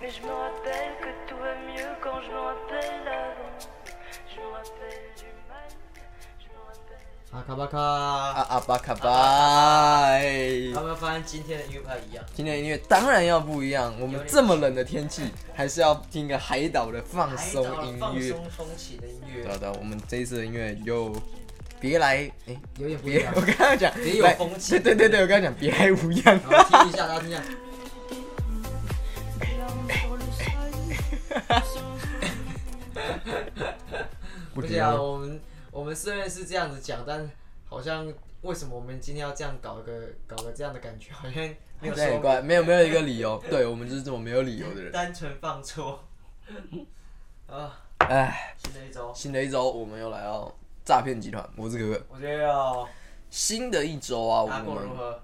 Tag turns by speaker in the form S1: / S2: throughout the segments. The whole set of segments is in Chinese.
S1: Mais je me rappelle que tout va mieux quand je me rappelle avant. Je me rappelle du mal, je me rappelle.
S2: 阿卡巴
S3: 啊
S2: 卡，
S3: 啊巴卡拜！
S2: 要不要发现今天的音乐不太一样？
S3: 今天的音乐当然要不一样，我们这么冷的天气，还是要听个海岛的
S2: 哎
S3: 放松音
S2: 放
S3: 乐。
S2: 松风情的音
S3: 好
S2: 乐，
S3: 啊的，我们这一次的音乐有别来，哎、
S2: 有点不一
S3: 别，
S2: 样
S3: 我。刚刚讲
S2: 别有
S3: 来
S2: 风情
S3: 对对对对，我刚刚讲别来 无恙。
S2: 好，听一下，大家听一下。
S3: 不
S2: 不
S3: 知
S2: 是啊，
S3: 道
S2: 我们我们虽然是这样子讲，但好像为什么我们今天要这样搞一个搞个这样的感觉，好像没有
S3: 这很
S2: 说
S3: 怪，没有没有一个理由，对我们就是这么没有理由的 人。
S2: 单纯放错。 啊，
S3: 哎，
S2: 新的一周，
S3: 新的一周我们又来到诈骗集团，我是哥哥。
S2: 我觉得要
S3: 新的一周啊，我
S2: 阿过
S3: 们
S2: 如何？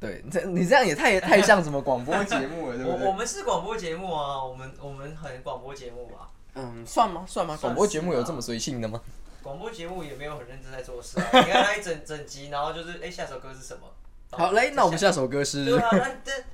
S3: 对这你这样也太太像什么广播节目了，对不
S2: 我我
S3: 对？
S2: 们是广播节目啊，我们我们很广播节目啊吧，
S3: 嗯，算吗？算吗？
S2: 算
S3: 广播节目
S2: 是
S3: 有
S2: 吧
S3: 这么随性的吗？
S2: 广播节目也没有很认真在做事啊。 你看他一整整集，然后就是哎、下首歌是什么？
S3: 好， 来，那我们
S2: 下
S3: 下首歌是
S2: 对啊，那这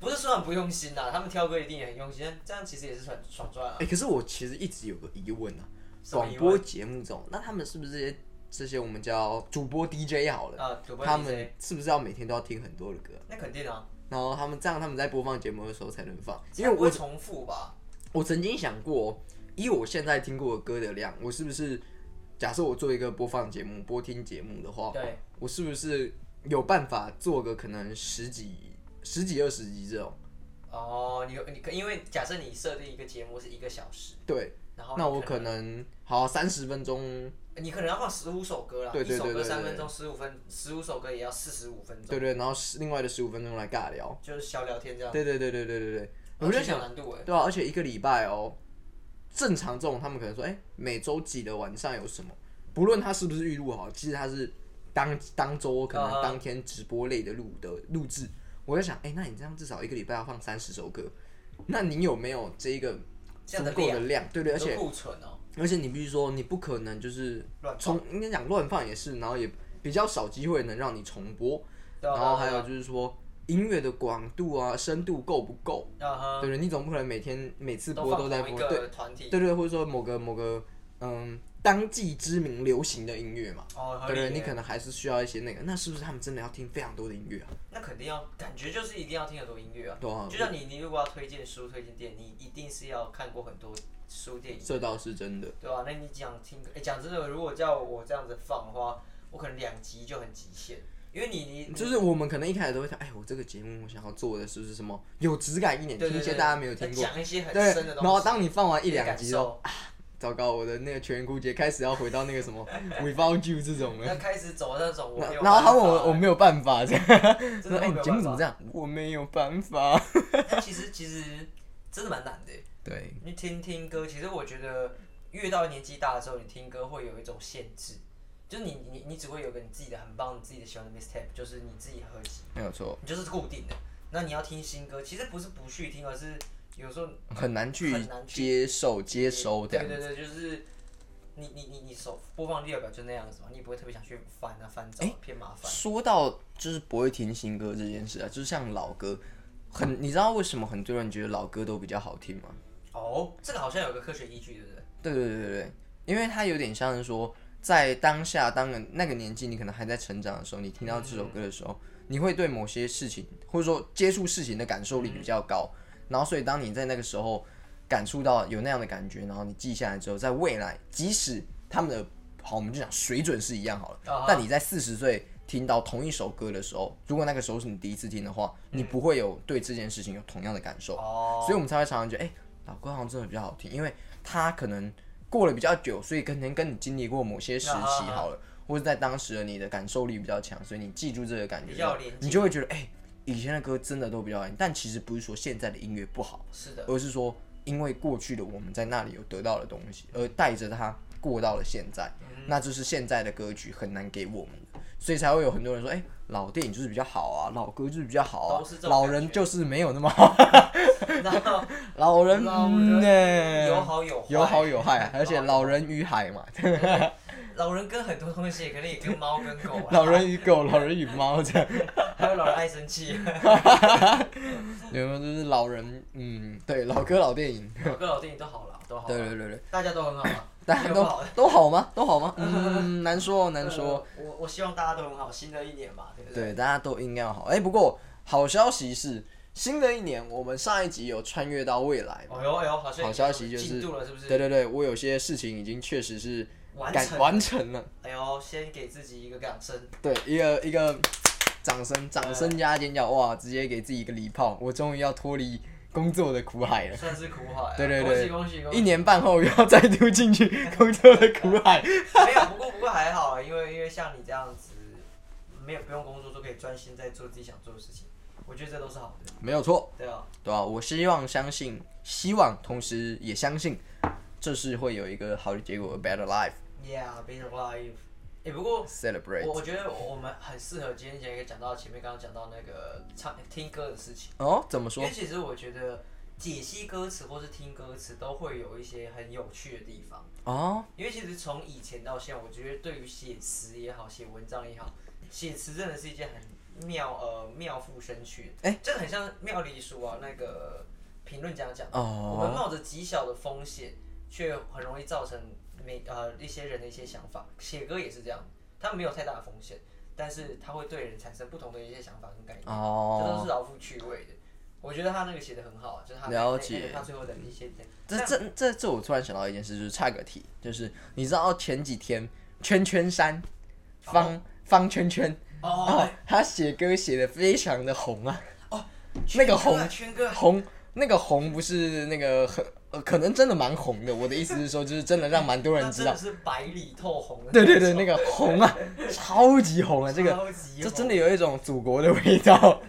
S2: 不是说很不用心呐，他们挑歌一定也很用心，但这样其实也是很爽赚啊
S3: 哎、。可是我其实一直有个疑问啊，
S2: 什么
S3: 广
S2: 疑问
S3: 播节目这种，那他们是不是这些这些我们叫主播 DJ 好了，
S2: 啊，主播
S3: 他
S2: DJ
S3: 们是不是要每天都要听很多的歌？
S2: 那肯定啊，
S3: 然后他们这样，他们在播放节目的时候才能放。因
S2: 因
S3: 为
S2: 为不会
S3: 啊我
S2: 重复吧？
S3: 我曾经想过，以我现在听过的歌的量，我是不是假设我做一个播放节目、播听节目的话，
S2: 对，
S3: 我是不是有办法做个可能十几、十几、二十集这种？
S2: 哦，你你可因为假设你设定一个节目是一个小时，
S3: 对，
S2: 然后
S3: 那我
S2: 你可
S3: 可能好三十分钟
S2: 你可能要放十五首歌啦，
S3: 对对
S2: 一首
S3: 对
S2: 歌
S3: 对
S2: 三分
S3: 对
S2: 钟，十五分十五首歌也要四十五分钟，
S3: 对对，然后十另外的十五分钟来尬聊。
S2: 就是小聊天这样。
S3: 对对对对对对对，
S2: 哦
S3: 我就
S2: 其实有
S3: 想，
S2: 难度哎，
S3: 对啊，而且一个礼拜哦，正常这种他们可能说，哎、每周几的晚上有什么？不论他是不是预录好，其实他是当当周哦可
S2: 啊
S3: 能当天直播类的录的录制。我在想，哎、那你这样至少一个礼拜要放三十首歌，那你有没有这一个
S2: 这
S3: 足
S2: 样的
S3: 够的
S2: 量
S3: 量？对对，而且
S2: 有库存哦，
S3: 而且你必须说，你不可能就是
S2: 乱放
S3: 重，应该讲乱放也是，然后也比较少机会能让你重播。
S2: 对啊
S3: 然后还有就是说音乐的广度啊、深度够不够？
S2: 啊哈，
S3: 对对，你总不可能每天每次
S2: 都
S3: 播
S2: 放
S3: 都在
S2: 同一
S3: 播，
S2: 个
S3: 对
S2: 团体，
S3: 对对，或者说某个某个嗯当季知名流行的音乐嘛，
S2: 哦，合
S3: 对
S2: 理
S3: 对，
S2: 耶
S3: 你可能还是需要一些那个，那是不是他们真的要听非常多的音乐啊？
S2: 那肯定要，感觉就是一定要听很多音乐啊。
S3: 对啊
S2: 就，像你，你如果要推荐书、推荐电影，你一定是要看过很多书、电影，
S3: 这倒是真的。
S2: 对吧、那你讲听，哎、讲真的，如果叫我这样子放的话，我可能两集就很极限，因为你你
S3: 就是我们可能一开始都会想，哎，我这个节目我想要做的是不是什么有质感一点，
S2: 对
S3: 听
S2: 对
S3: 一
S2: 对，
S3: 些大家没有听过，
S2: 讲一些很
S3: 对
S2: 深的，东
S3: 然
S2: 西，
S3: 后当你放完一两集
S2: 你
S3: 之
S2: 的
S3: 后，
S2: 感
S3: 糟糕，我的那个全员枯竭开始要回到那个 什么 without you 这种
S2: 受，
S3: 了。
S2: 那开始走那种我没有
S3: 然后他问
S2: 办法
S3: 我，我没有办法这样。
S2: 真的
S3: 说哎，
S2: 没
S3: 你
S2: 有
S3: 节目怎么
S2: 办
S3: 这样？我没有办法。
S2: 法？但其实其实真的蛮难的，
S3: 对，
S2: 你听听歌，其实我觉得越到年纪大的时候，你听歌会有一种限制，就是你你你只会有个你自己的很棒、你自己的喜欢的 mixtape，就是你自己合集，
S3: 没有错，
S2: 你就是固定的。那你要听新歌，其实不是不去听，而是有时候
S3: 很难去
S2: 很难去
S3: 接受、接收这样。
S2: 对对对，就是你你你你手播放列表就那样子嘛，你也不会特别想去翻啊翻找，偏麻烦。
S3: 说到就是不会听新歌这件事啊，就是像老歌，很你知道为什么很多人觉得老歌都比较好听吗？
S2: 哦，这个好像有个科学依据，对不对？
S3: 对对对对对，因为它有点像是说，在当下当个那个年纪，你可能还在成长的时候，你听到
S2: 嗯
S3: 这首歌的时候，你会对某些事情或者说接触事情的感受力比较高，
S2: 嗯
S3: 然后所以当你在那个时候感触到有那样的感觉，然后你记下来之后，在未来即使他们的好，我们就讲水准是一样好了，
S2: 啊哈
S3: 但你在四十岁。听到同一首歌的时候，如果那个时候是你第一次听的话，你
S2: 嗯
S3: 不会有对这件事情有同样的感受。
S2: 哦，
S3: 所以我们才会常常觉得，哎、老歌好像真的比较好听，因为它可能过了比较久，所以可能跟你经历过某些时期
S2: 啊啊啊
S3: 好了，或者在当时的你的感受力比较强，所以你记住这个感觉
S2: 比
S3: 之后
S2: 较连接，
S3: 你就会觉得，哎、以前的歌真的都比较好听，但其实不是说现在的音乐不好，
S2: 是的，
S3: 而是说因为过去的我们在那里有得到的东西，而带着它过到了现在，
S2: 嗯
S3: 那就是现在的歌曲很难给我们的。所以才会有很多人说，哎、老电影就是比较好啊，老歌就是比较好啊
S2: 都是这，种
S3: 老
S2: 感
S3: 人
S2: 觉
S3: 就是没有那么好。
S2: 然后
S3: 老人
S2: 老人
S3: 嗯欸
S2: 有好有坏，
S3: 有好有害，而且老人与海 嘛，
S2: 老人跟很多东西，可能也跟猫跟 狗啊，
S3: 老人与狗，老人与猫这样。
S2: 还有老人爱生气，
S3: 有没有就是老人，嗯，对，老歌老电影，
S2: 老歌老电影都好了，都好了，
S3: 对对对对，
S2: 大家都很好了，
S3: 大家
S2: 没有
S3: 都
S2: 不好的
S3: 都好吗？都 好吗？嗯，难说哦难说。
S2: 呃我我希望大家都很好，新的一年嘛，对不对？
S3: 对，大家都应该要好。哎、不过好消息是，新的一年我们上一集有穿越到未来嘛
S2: 哦呦哎呦，好像
S3: 好消息就是
S2: 进度了，是不是？
S3: 对对对，我有些事情已经确实是
S2: 完
S3: 感
S2: 成
S3: 完成了。
S2: 哎呦，先给自己一个掌声，
S3: 对，一个一个掌声，掌声加尖叫，哇，直接给自己一个礼炮，我终于要脱离工作的苦海了。
S2: 算是苦海啊。
S3: 对对
S2: 恭
S3: 对，
S2: 喜恭喜恭喜！
S3: 一年半后又要再度进去工作的苦海。
S2: 没有，不过不过还好，因为因为像你这样子，没有不用工作就可以专心在做自己想做的事情，我觉得这都是好的，
S3: 没有错，
S2: 对啊。
S3: 对吧、我希望相信，希望同时也相信，这是会有一个好的结果，better life
S2: Yeah, better life。哎，不过
S3: celebrate
S2: 我。我觉得我们很适合今天讲一个讲到前面刚刚讲到那个唱听歌的事情，
S3: 哦，怎么
S2: 因
S3: 说
S2: 为？其实我觉得解析歌词或是听歌词都会有一些很有趣的地方。
S3: 哦，
S2: 因为其实从以前到现在，我觉得对于写词也好，写文章也好，写词真的是一件很妙呃妙赋生趣。哎、这个很像妙理书啊，那个评论家讲，
S3: 哦
S2: 我们冒着极小的风险，却很容易造成每呃一些人的一些想法。写歌也是这样，它没有太大的风险，但是它会对人产生不同的一些想法跟感念，这都
S3: 哦，
S2: 是老夫趣味的。我觉得他那个写的很好，就是他那
S3: 了
S2: 那
S3: 解
S2: 那个哎他最后的一些
S3: 这这这这，我突然想到一件事，就是差个题，就是你知道前几天圈圈山方、方圈圈，
S2: 哦
S3: 哦，他写歌写的非常的红啊，
S2: 圈
S3: 那
S2: 歌
S3: 个
S2: 啊
S3: 红
S2: 圈歌啊
S3: 红那个红不是那个很、呃、可能真的蛮红的，我的意思是说，就是真的让蛮多人知道
S2: 那，真的是白里透红的。
S3: 对对对，那个红啊，超级红啊，这个
S2: 超级
S3: 这
S2: 红
S3: 真的有一种祖国的味道。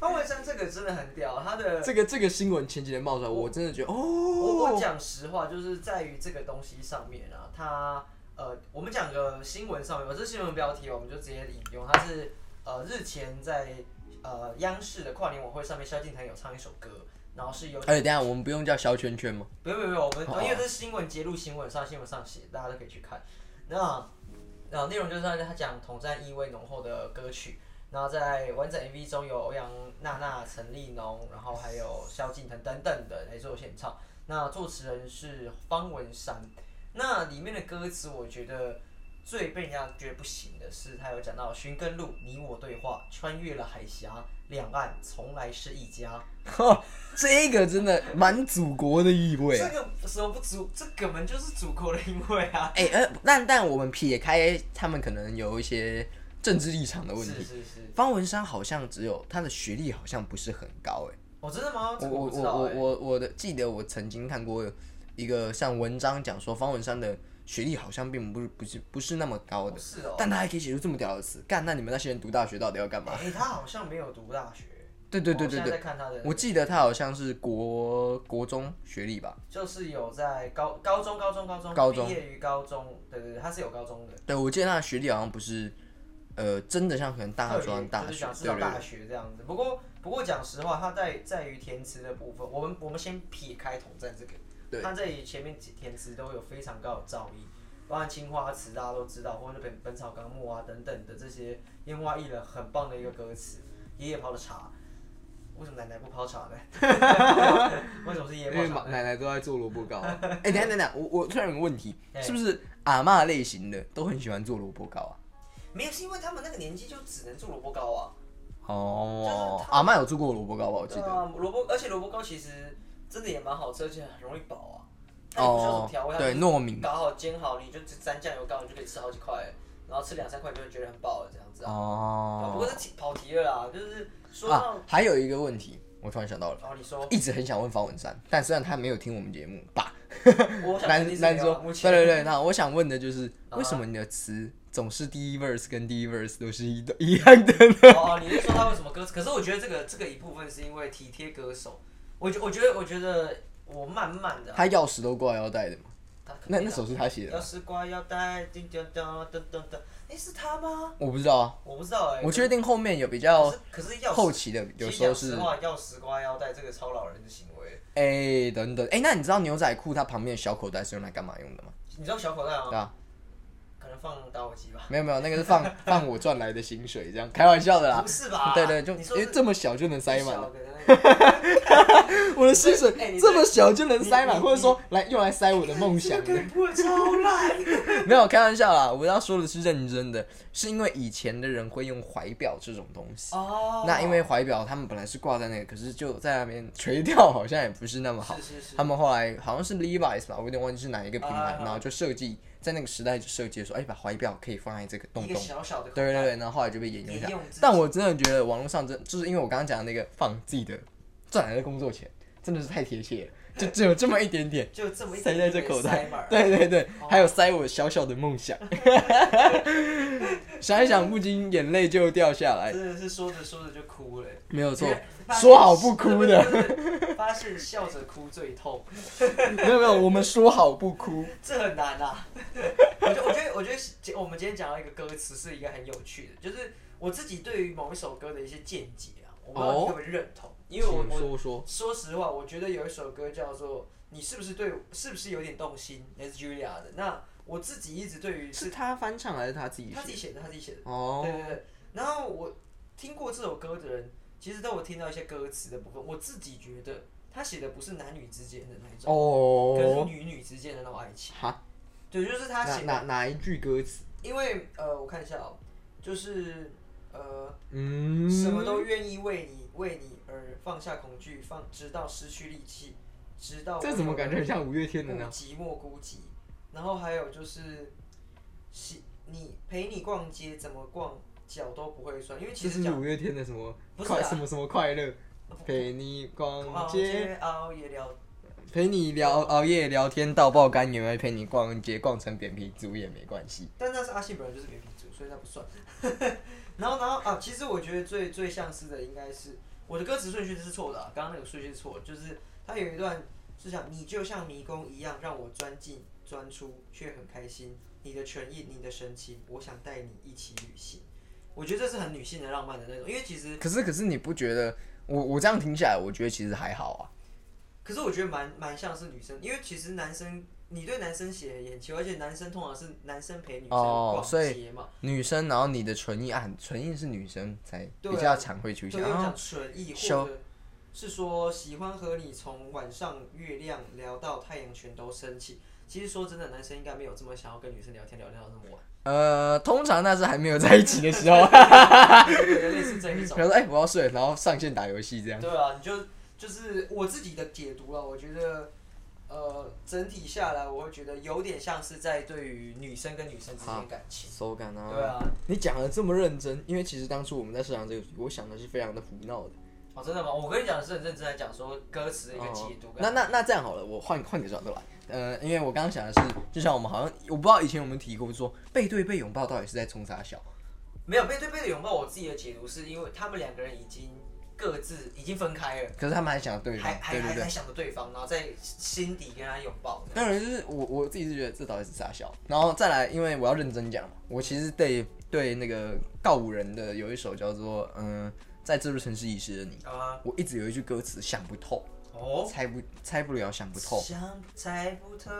S2: 方文山这个真的很屌，他的
S3: 这个这个新闻前几天冒出来，我真的觉得哦，
S2: 我我讲实话，就是在于这个东西上面啊，他呃，我们讲个新闻上面吧，这新闻标题我们就直接引用，它是呃日前在呃央视的跨年晚会上面，萧敬腾有唱一首歌，然后是由
S3: 哎而且等一下我们不用叫小圈圈吗？
S2: 没有没有没有，我们、
S3: 哦
S2: 因为这是新闻揭露新闻上新闻上写，大家都可以去看。那那内容就是他讲统战意味浓厚的歌曲，然后在完整 MV 中有欧阳娜娜、陈立农，然后还有萧敬腾等等的来做献唱。那作词人是方文山。那里面的歌词，我觉得最被人家觉得不行的是，他有讲到寻根路，你我对话，穿越了海峡，两岸从来是一家。
S3: 这个真的蛮祖国的意味
S2: 这
S3: 啊。
S2: 个什么不祖，这根本就是祖国的因为啊。
S3: 哎、呃，但但我们撇开他们可能有一些政治立场的问
S2: 是
S3: 题，
S2: 是是，
S3: 方文山好像只有他的学历好像不是很高哎、
S2: 哦，真的吗？这
S3: 我
S2: 个
S3: 我
S2: 不知
S3: 我
S2: 道
S3: 我
S2: 哎
S3: 我我的记得我曾经看过一个像文章讲说方文山的学历好像并不是不是不是那么高
S2: 哦
S3: 的，
S2: 是哦，
S3: 但他还可以写出这么屌的词，干那你们那些人读大学到底要干 嘛？
S2: 哎，他好像没有读大学。哦
S3: 对对对
S2: 我
S3: 对
S2: 现在在，
S3: 对
S2: 看他的，
S3: 我记得他好像是国国中学历吧？
S2: 就是有在高高中高中高中
S3: 高中
S2: 毕业于高中，对对对，他是有高中的，
S3: 对，我记得他的学历好像不是，呃，真的像可能大
S2: 特
S3: 专
S2: 别
S3: 大
S2: 就是
S3: 学
S2: 讲，是
S3: 对
S2: 到
S3: 对
S2: 大
S3: 对，
S2: 学这样子。不过不过讲实话，他在在于填词的部分，我们我们先撇开统战这
S3: 对
S2: 个，他在于前面几填词都有非常高的造诣，包含青花瓷大家都知道，或者本本草纲目啊等等的这些烟花易冷很棒的一个歌词，爷爷泡的茶。为什么奶奶不泡茶呢？ 为什么是爷爷
S3: 因为
S2: 泡茶呢？
S3: 马奶奶都在做萝卜糕。哎、等一下等一下，我我突然有个问题，
S2: 哎
S3: 是不是阿嬷类型的都很喜欢做萝卜糕啊？
S2: 没有，是因为他们那个年纪就只能做萝卜糕啊。
S3: 哦，阿嬷有做过萝卜糕吧？我记
S2: 对
S3: 得。
S2: 啊，萝卜，而且萝卜糕其实真的也蛮好吃，而且很容易饱啊。它也不需要什么
S3: 哦
S2: 调味，，
S3: 对，糯米。
S2: 搞好煎好，你就只沾酱油膏，你就可以吃好几块，然后吃两三块你就会觉得很饱了这样子啊。啊不过
S3: 哦。
S2: 这题跑题了啦，就是说到
S3: 啊，还有一个问题，我突然想到了，
S2: 哦，你说，
S3: 一直很想问方文山，但虽然他没有听我们节目吧。
S2: 我想
S3: 难
S2: 肯定是没
S3: 难
S2: 有
S3: 说
S2: 啊，目，
S3: 对
S2: 前
S3: 对对。那我想问的就是，
S2: 啊
S3: 为什么你的词总是第一 verse 跟第一 verse 都是一的一样的呢？
S2: 哦，哦你是说他为什么歌词？可是我觉得这个这个一部分是因为体贴歌手，我觉我觉得我觉得我慢慢的啊，
S3: 他钥匙都挂腰带的嘛？
S2: 他肯定
S3: 那
S2: 啊
S3: 那首是他写的
S2: 要
S3: 吗，
S2: 是挂腰带，叮叮当噔噔噔，哎是他吗？
S3: 我不知道啊。
S2: 我不知道哎，
S3: 我确定后面有比
S2: 可
S3: 较
S2: 是可是要
S3: 后期的，有时候
S2: 其实
S3: 是
S2: 讲实话，钥匙挂腰带这个超老人的行为。
S3: 哎等等哎，那你知道牛仔裤它旁边的小口袋是用来干嘛用的吗？
S2: 你知道小口袋吗？
S3: 对啊，
S2: 可能能放打火机吧？
S3: 没有没有，那个 是放放我赚来的薪水，这样开玩笑的啦
S2: 不。是吧？
S3: 对对，就
S2: 你
S3: 因
S2: 说是
S3: 为这么小就能塞满
S2: 小
S3: 了，
S2: 的那个
S3: 我的薪水
S2: 哎你这
S3: 这么小就能塞
S2: 你
S3: 满，
S2: 你
S3: 或者说来用来塞我的梦想
S2: 这。个不 会超烂。
S3: 没有开玩笑啦，我要说的是认真的，是因为以前的人会用怀表这种东西。
S2: 哦
S3: 那因为怀表他们本来是挂在那里，可是就在那边垂掉，好像也不是那么好。
S2: 是是是
S3: 他们后来好像是 Levi's 吧，我有点忘记是哪一个品牌，
S2: 啊
S3: 然后就设计在那个时代就设计说，哎，把怀表可以放在这个洞
S2: 一个
S3: 洞。
S2: 小小的口
S3: 对
S2: 袋，
S3: 对对，然后后来就被沿用下
S2: 沿
S3: 来
S2: 用至。
S3: 但我真的觉得网络上真就是因为我刚刚讲的那个放自己的赚来的工作钱，真的是太贴切了，就只有这么一 点点。
S2: 就这么一
S3: 塞在这
S2: 点
S3: 口袋
S2: 点塞满，哦
S3: 对对对，还有塞我小小的梦想， 想一想不禁眼泪就掉下来。
S2: 真的是说着说着就哭了。
S3: 没有错
S2: 因为，发现
S3: 说好不哭的，
S2: 对对对对发现笑着哭最痛，
S3: 没有没有，我们说好不哭。
S2: 这很难啊。 我觉得我觉得我觉得今我们今天讲到一个歌词是一个很有趣的，就是我自己对于某一首歌的一些见解啊，我不知道你
S3: 哦
S2: 会不会认同，因为我
S3: 请
S2: 我
S3: 说说，
S2: 说实话，我觉得有一首歌叫做你是不是对我是不是有点动心，也是 Julia 的。那我自己一直对于
S3: 是他翻唱还是他自己
S2: 他自
S3: 写？
S2: 己写的，他自己写的。
S3: 哦
S2: 对，对对。然后我听过这首歌的人，其实都有听到一些歌词的部分。我自己觉得他写的不是男女之间的那一种，可能是
S3: 哦，
S2: 女女之间的那种爱情。
S3: 哈，
S2: 对，就是他
S3: 哪
S2: 写
S3: 哪
S2: 的，
S3: 哪一句歌词？
S2: 因为呃，我看一下哦，就是呃，
S3: 嗯，
S2: 什么都愿意为你为你而放下恐惧，放直到失去力气，直到
S3: 这怎么感觉很像五月天的
S2: 不
S3: 呢？
S2: 寂寞孤寂，然后还有就是，喜你陪你逛街怎么逛脚都不会酸，因为其
S3: 这
S2: 实
S3: 是
S2: 讲
S3: 五月天的什么
S2: 不是啊
S3: 快什么什么快乐？陪你
S2: 逛
S3: 逛街，
S2: 街熬夜聊，
S3: 陪你聊熬夜聊天到爆肝，也会陪你逛街逛成扁皮猪也没关系。
S2: 但那是阿信本人就是扁平足，所以他不算。 然后然后啊，其实我觉得最最相似的应该是我的歌词顺序是错的、啊，刚刚那个顺序是错的，就是他有一段是讲你就像迷宫一样让我钻进钻出，却很开心。你的权益，你的神情，我想带你一起旅行。我觉得这是很女性的浪漫的那种，因为其实
S3: 可是可是你不觉得我我这样听下来，我觉得其实还好啊。
S2: 可是我觉得蛮蛮像是女生，因为其实男生你对男生写的也很奇怪，而且男生通常是男生陪女生
S3: 哦
S2: 逛
S3: 所以
S2: 街嘛，
S3: 女生，然后你的唇印啊，纯印是女生才
S2: 对
S3: 比较常会出
S2: 对，
S3: 现。
S2: 就
S3: 啊
S2: 讲纯意或
S3: 羞
S2: 者是说喜欢和你从晚上月亮聊到太阳全都升起。其实说真的，男生应该没有这么想要跟女生聊天聊天到那 么晚，
S3: 呃，通常那是还没有在一起的时候，
S2: 对类似这一种
S3: 比。如说哎、我要睡了，然后上线打游戏这样。
S2: 对啊，你就就是我自己的解读了，我觉得。呃，整体下来，我会觉得有点像是在对于女生跟女生之间的感情，
S3: 手感啊
S2: 对啊，
S3: 你讲的这么认真，因为其实当初我们在设想这个主题，我想的是非常的胡闹的。
S2: 哦，真的吗？我跟你讲的是很认真在讲说歌词的一个解读
S3: 哦
S2: 跟、
S3: 那那那这样好了，我换换个角度来。呃，因为我刚刚想的是，就像我们好像我不知道以前我们提过说背对背拥抱到底是在冲啥小，
S2: 没有背对背的拥抱，我自己的解读是因为他们两个人已经各自已经分开了，
S3: 可是他们还想对方
S2: 还，还
S3: 对
S2: 还
S3: 对
S2: 还
S3: 对。
S2: 想着对方，然后在心底跟他拥抱。
S3: 当然就是我我自己是觉得这到底是啥小，然后再来，因为我要认真讲嘛，我其实对对那个告五人的有一首叫做嗯、在这座城市遗失的你，
S2: 啊，
S3: 我一直有一句歌词想不透，
S2: 哦，
S3: 猜不猜不了，想不透。
S2: 想猜不透，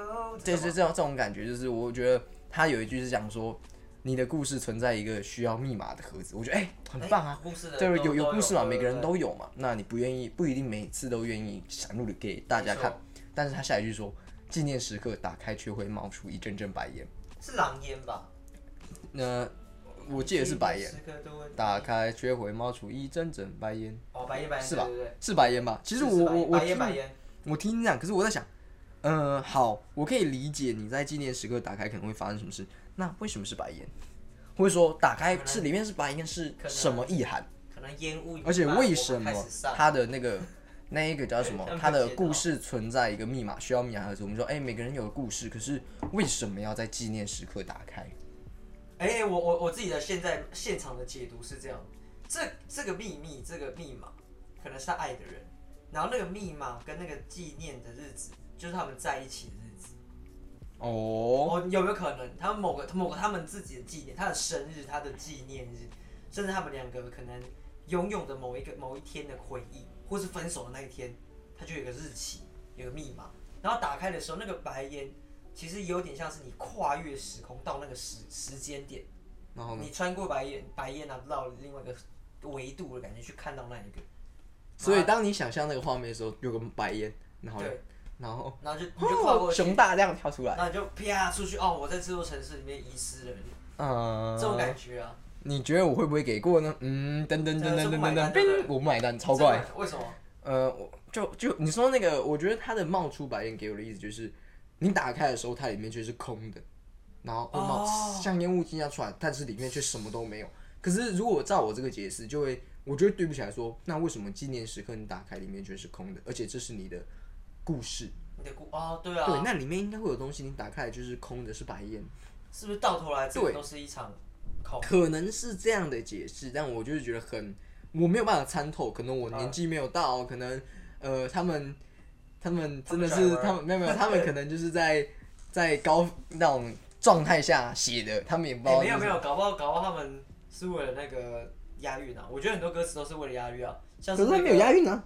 S3: 对，
S2: 这
S3: 就
S2: 种
S3: 这种这种感觉，就是我觉得他有一句是讲说，你的故事存在一个需要密码的盒子，我觉得哎、很棒啊，
S2: 哎故事的
S3: 对，
S2: 都
S3: 有
S2: 都有
S3: 故事嘛，每个人
S2: 对
S3: 都有嘛，那你不愿意不一定每次都愿意展露的给大家看
S2: 没，
S3: 但是他下一句说，纪念时刻打开却会冒出一阵阵白烟，
S2: 是狼烟吧？
S3: 那我记得是白烟，
S2: 时刻都会
S3: 打开却会冒出一阵阵白烟，
S2: 哦，白烟白烟
S3: 是吧
S2: 对对对，
S3: 是白烟吧？其实
S2: 是
S3: 我
S2: 是白
S3: 我
S2: 烟
S3: 我
S2: 白烟
S3: 听
S2: 白烟，
S3: 我听这样，可是我在想，呃，好，我可以理解你在纪念时刻打开可能会发生什么事，那为什么是白烟？或者说打开是里面是白烟是
S2: 能
S3: 什么意涵？
S2: 可能烟雾引发。
S3: 而且为什
S2: 我们
S3: 么
S2: 开始散
S3: 它的那个那一个叫什么
S2: 他们？
S3: 它的
S2: 写到
S3: 故事存在一个密码，需要密码盒子。我们说，哎、每个人有个故事，可是为什么要在纪念时刻打开？
S2: 哎、我我我自己的现在现场的解读是这样：这这个秘密，这个密码，可能是他爱的人，然后那个密码跟那个纪念的日子，就是他们在一起的日子。
S3: 哦，
S2: 哦，有没有可能他们某个某个他们自己的纪念，他的生日，他的纪念日，甚至他们两个可能拥有的某一个某一天的回忆，或是分手的那一天，他就有个日期，有个密码，然后打开的时候，那个白烟其实有点像是你跨越时空到那个时时间点，
S3: 然后呢？
S2: 你穿过白夜白夜，拿到另外一个维度的感觉去看到那一个，
S3: 所以当你想象那个画面的时候，有个白烟，然后呢
S2: 啊对
S3: 然后
S2: 然后就你就跨过去，
S3: 哦熊大量跳出来，
S2: 然后你就啪出去，哦，我在这座城市里面遗失了，
S3: 嗯，
S2: 这种感觉啊，
S3: 你觉得我会不会给过呢？嗯，噔噔噔
S2: 对
S3: 噔
S2: 这
S3: 噔
S2: 不买
S3: 噔噔，
S2: 单对不对
S3: 叮我不买单，超怪。
S2: 这种为什么？
S3: 呃，我就就你说那个，我觉得它的冒出白烟给我的意思就是，你打开的时候它里面却是空的，然后会冒、
S2: 哦
S3: 像烟雾进样出来，但是里面却什么都没有。可是如果照我这个解释，就会我觉得对不起来说，那为什么纪念时刻你打开里面全是空的，而且这是你的故事？
S2: 你的故哦，对啊，
S3: 对，那里面应该会有东西，你打开来就是空的，是白烟。
S2: 是不是到头来这
S3: 对
S2: 个都是一场空？
S3: 可能是这样的解释，但我就是觉得很，我没有办法参透，可能我年纪没有到，可能呃，他们他们真的是
S2: 他
S3: 他
S2: 们转弯
S3: 们没有没有，他们可能就是在在高那种状态下写的，他们也不知
S2: 哎
S3: 道、
S2: 没有没有，，搞不好搞不好他们是为了那个押韵啊，我觉得很多歌词都是为了押韵啊，像
S3: 可是
S2: 那
S3: 他
S2: 个
S3: 没有押韵啊。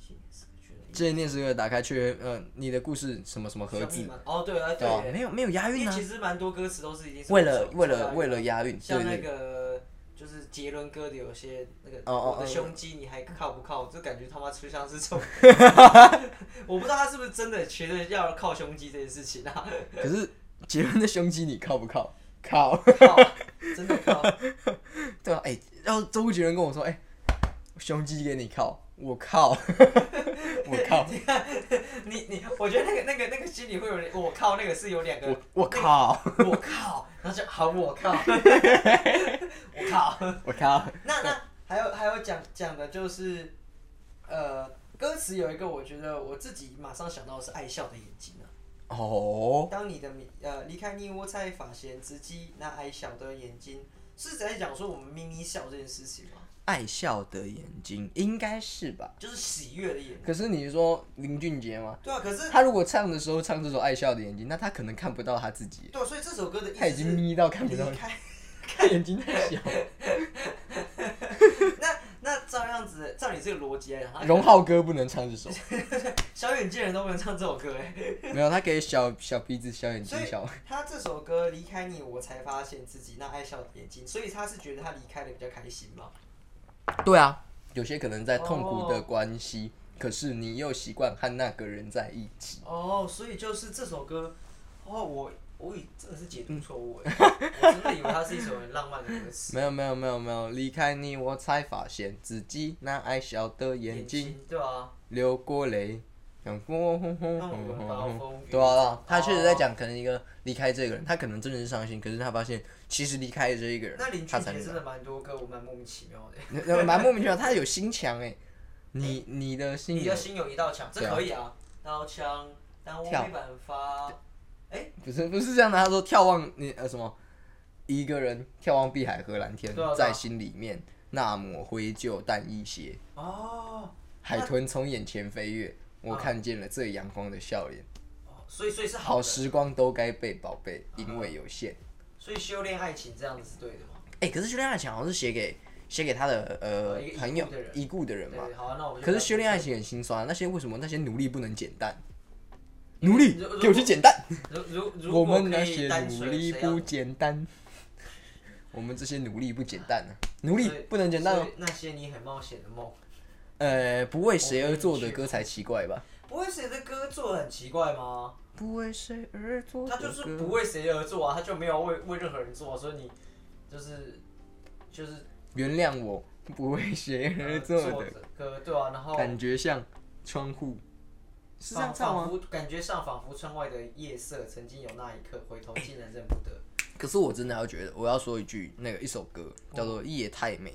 S2: 新年是个缺了一
S3: 这念诗歌打开却呃，你的故事什么什么盒
S2: 小密
S3: 子，
S2: 码哦，对啊，
S3: 对吧？
S2: 对，
S3: 没有没有押韵
S2: 因为
S3: 啊
S2: 其，实蛮多歌词都是已经是
S3: 为了
S2: 小
S3: 为
S2: 小
S3: 了
S2: 押韵
S3: 为了押韵，对
S2: 像那
S3: 对
S2: 个就是杰伦哥的有些那个
S3: 哦哦哦
S2: 我的胸肌你还靠不靠？这感觉他妈就像是 这种，我不知道他是不是真的觉得要靠胸肌这件事情 啊，
S3: 对，可是杰伦的胸肌你靠不靠？靠。
S2: 靠，真的靠，
S3: 对啊，哎、然后周杰伦跟我说，哎、胸肌给你靠，我靠， 我靠，
S2: 你你，我觉得那个那个那个心里会有点，我靠，那个是有两个，
S3: 我我靠，
S2: 我靠，然后就好我 靠，我靠，
S3: 我靠，
S2: 那那还有还有讲讲的就是，呃，歌词有一个我觉得我自己马上想到的是爱笑的眼睛啊。
S3: 哦，
S2: 当你的迷呃离开你，我才发现自己那爱笑的眼睛，是在讲说我们咪咪笑这件事情吗？
S3: 爱笑的眼睛应该是吧？
S2: 就是喜悦的眼睛。
S3: 可是你说林俊杰吗？
S2: 对啊，可是
S3: 他如果唱的时候唱这首《爱笑的眼睛》，那他可能看不到他自己，
S2: 对啊、所以这首歌的意思
S3: 他已经眯到看不
S2: 离
S3: 到，
S2: 开。
S3: 他眼睛太小。
S2: 那那照样子，照你这个逻辑来讲，他
S3: 荣浩哥不能唱这首，
S2: 小眼睛人都不能唱这首歌哎。
S3: 没有，他给小小鼻子、小眼睛
S2: 所以、
S3: 小。
S2: 他这首歌离开你，我才发现自己那爱笑的眼睛，所以他是觉得他离开的比较开心嘛？
S3: 对啊，有些可能在痛苦的关系，可是你又习惯和那个人在一起。
S2: 哦，所以就是这首歌，哦，我我以真的是解读错 误哎，我真的以为它是一首很浪漫的歌词。
S3: 没有没有没有没有，离开你我才发现自己那爱笑的眼睛
S2: 睛，对啊，
S3: 流过泪，想过轰轰
S2: 那
S3: 轰
S2: 我们
S3: 轰
S2: 暴
S3: 轰。
S2: 风雨。
S3: 对啊，对啊他确实在
S2: 哦。
S3: 讲可能一个离开这个人，他可能真的是伤心，可是他发现其实离开这一个人
S2: 那林，
S3: 他
S2: 俊
S3: 才
S2: 杰真
S3: 能
S2: 的蛮多歌，我蛮莫名其妙的。
S3: 那蛮莫名其妙，他有心墙哎，你你的心
S2: 你
S3: 有
S2: 的心有一道墙，这
S3: 嗯对啊
S2: 可以啊，刀枪，但我
S3: 跳
S2: 没办法。
S3: 不是不是这样的，他说眺望你呃什么，一个人眺望碧海和蓝天
S2: 对啊对，啊
S3: 在心里面那抹灰旧但一些。
S2: 哦，
S3: 海豚从眼前飞跃，我看见了最阳光的笑脸。
S2: 哦所以所以是啊好
S3: 好
S2: 的，啊
S3: 时光都该被宝贝，因为有限。
S2: 所以修炼爱情这样子是对的吗？
S3: 哎、可是修炼爱情好像是写给写给他的呃
S2: 啊一个已故
S3: 朋友
S2: 的人
S3: 已故的人嘛。
S2: 对，好啊，那我们就
S3: 可
S2: 不
S3: 是
S2: 要
S3: 修炼爱情很心酸，那些为什么那些奴隶不能简单？奴隶
S2: 如如
S3: 给我去简单，
S2: 如如如
S3: 我
S2: 果
S3: 们那
S2: 可
S3: 些
S2: 以单
S3: 奴
S2: 纯
S3: 隶
S2: 谁要
S3: 不简单，我们这些奴隶不简单啊，奴隶
S2: 所以
S3: 不能简单哦
S2: 所。以那些你很冒险的梦，
S3: 呃，不为谁而作的歌才奇怪吧？
S2: 不为谁的歌做的很奇怪吗？
S3: 不为谁而作的
S2: 他
S3: 歌，
S2: 就是不为谁而做啊，他就没有为为任何人做、所以你就是就是
S3: 原谅我，不为谁 而
S2: 呃
S3: 作
S2: 做
S3: 的
S2: 的歌，对啊，然后
S3: 感觉像窗户，是这样
S2: 仿
S3: 唱
S2: 仿
S3: 吗？
S2: 佛感觉上仿佛窗外的夜色，曾经有那一刻，回头竟然认不得。
S3: 可是我真的要觉得，我要说一句，那个一首歌
S2: 嗯
S3: 叫做《夜太美》，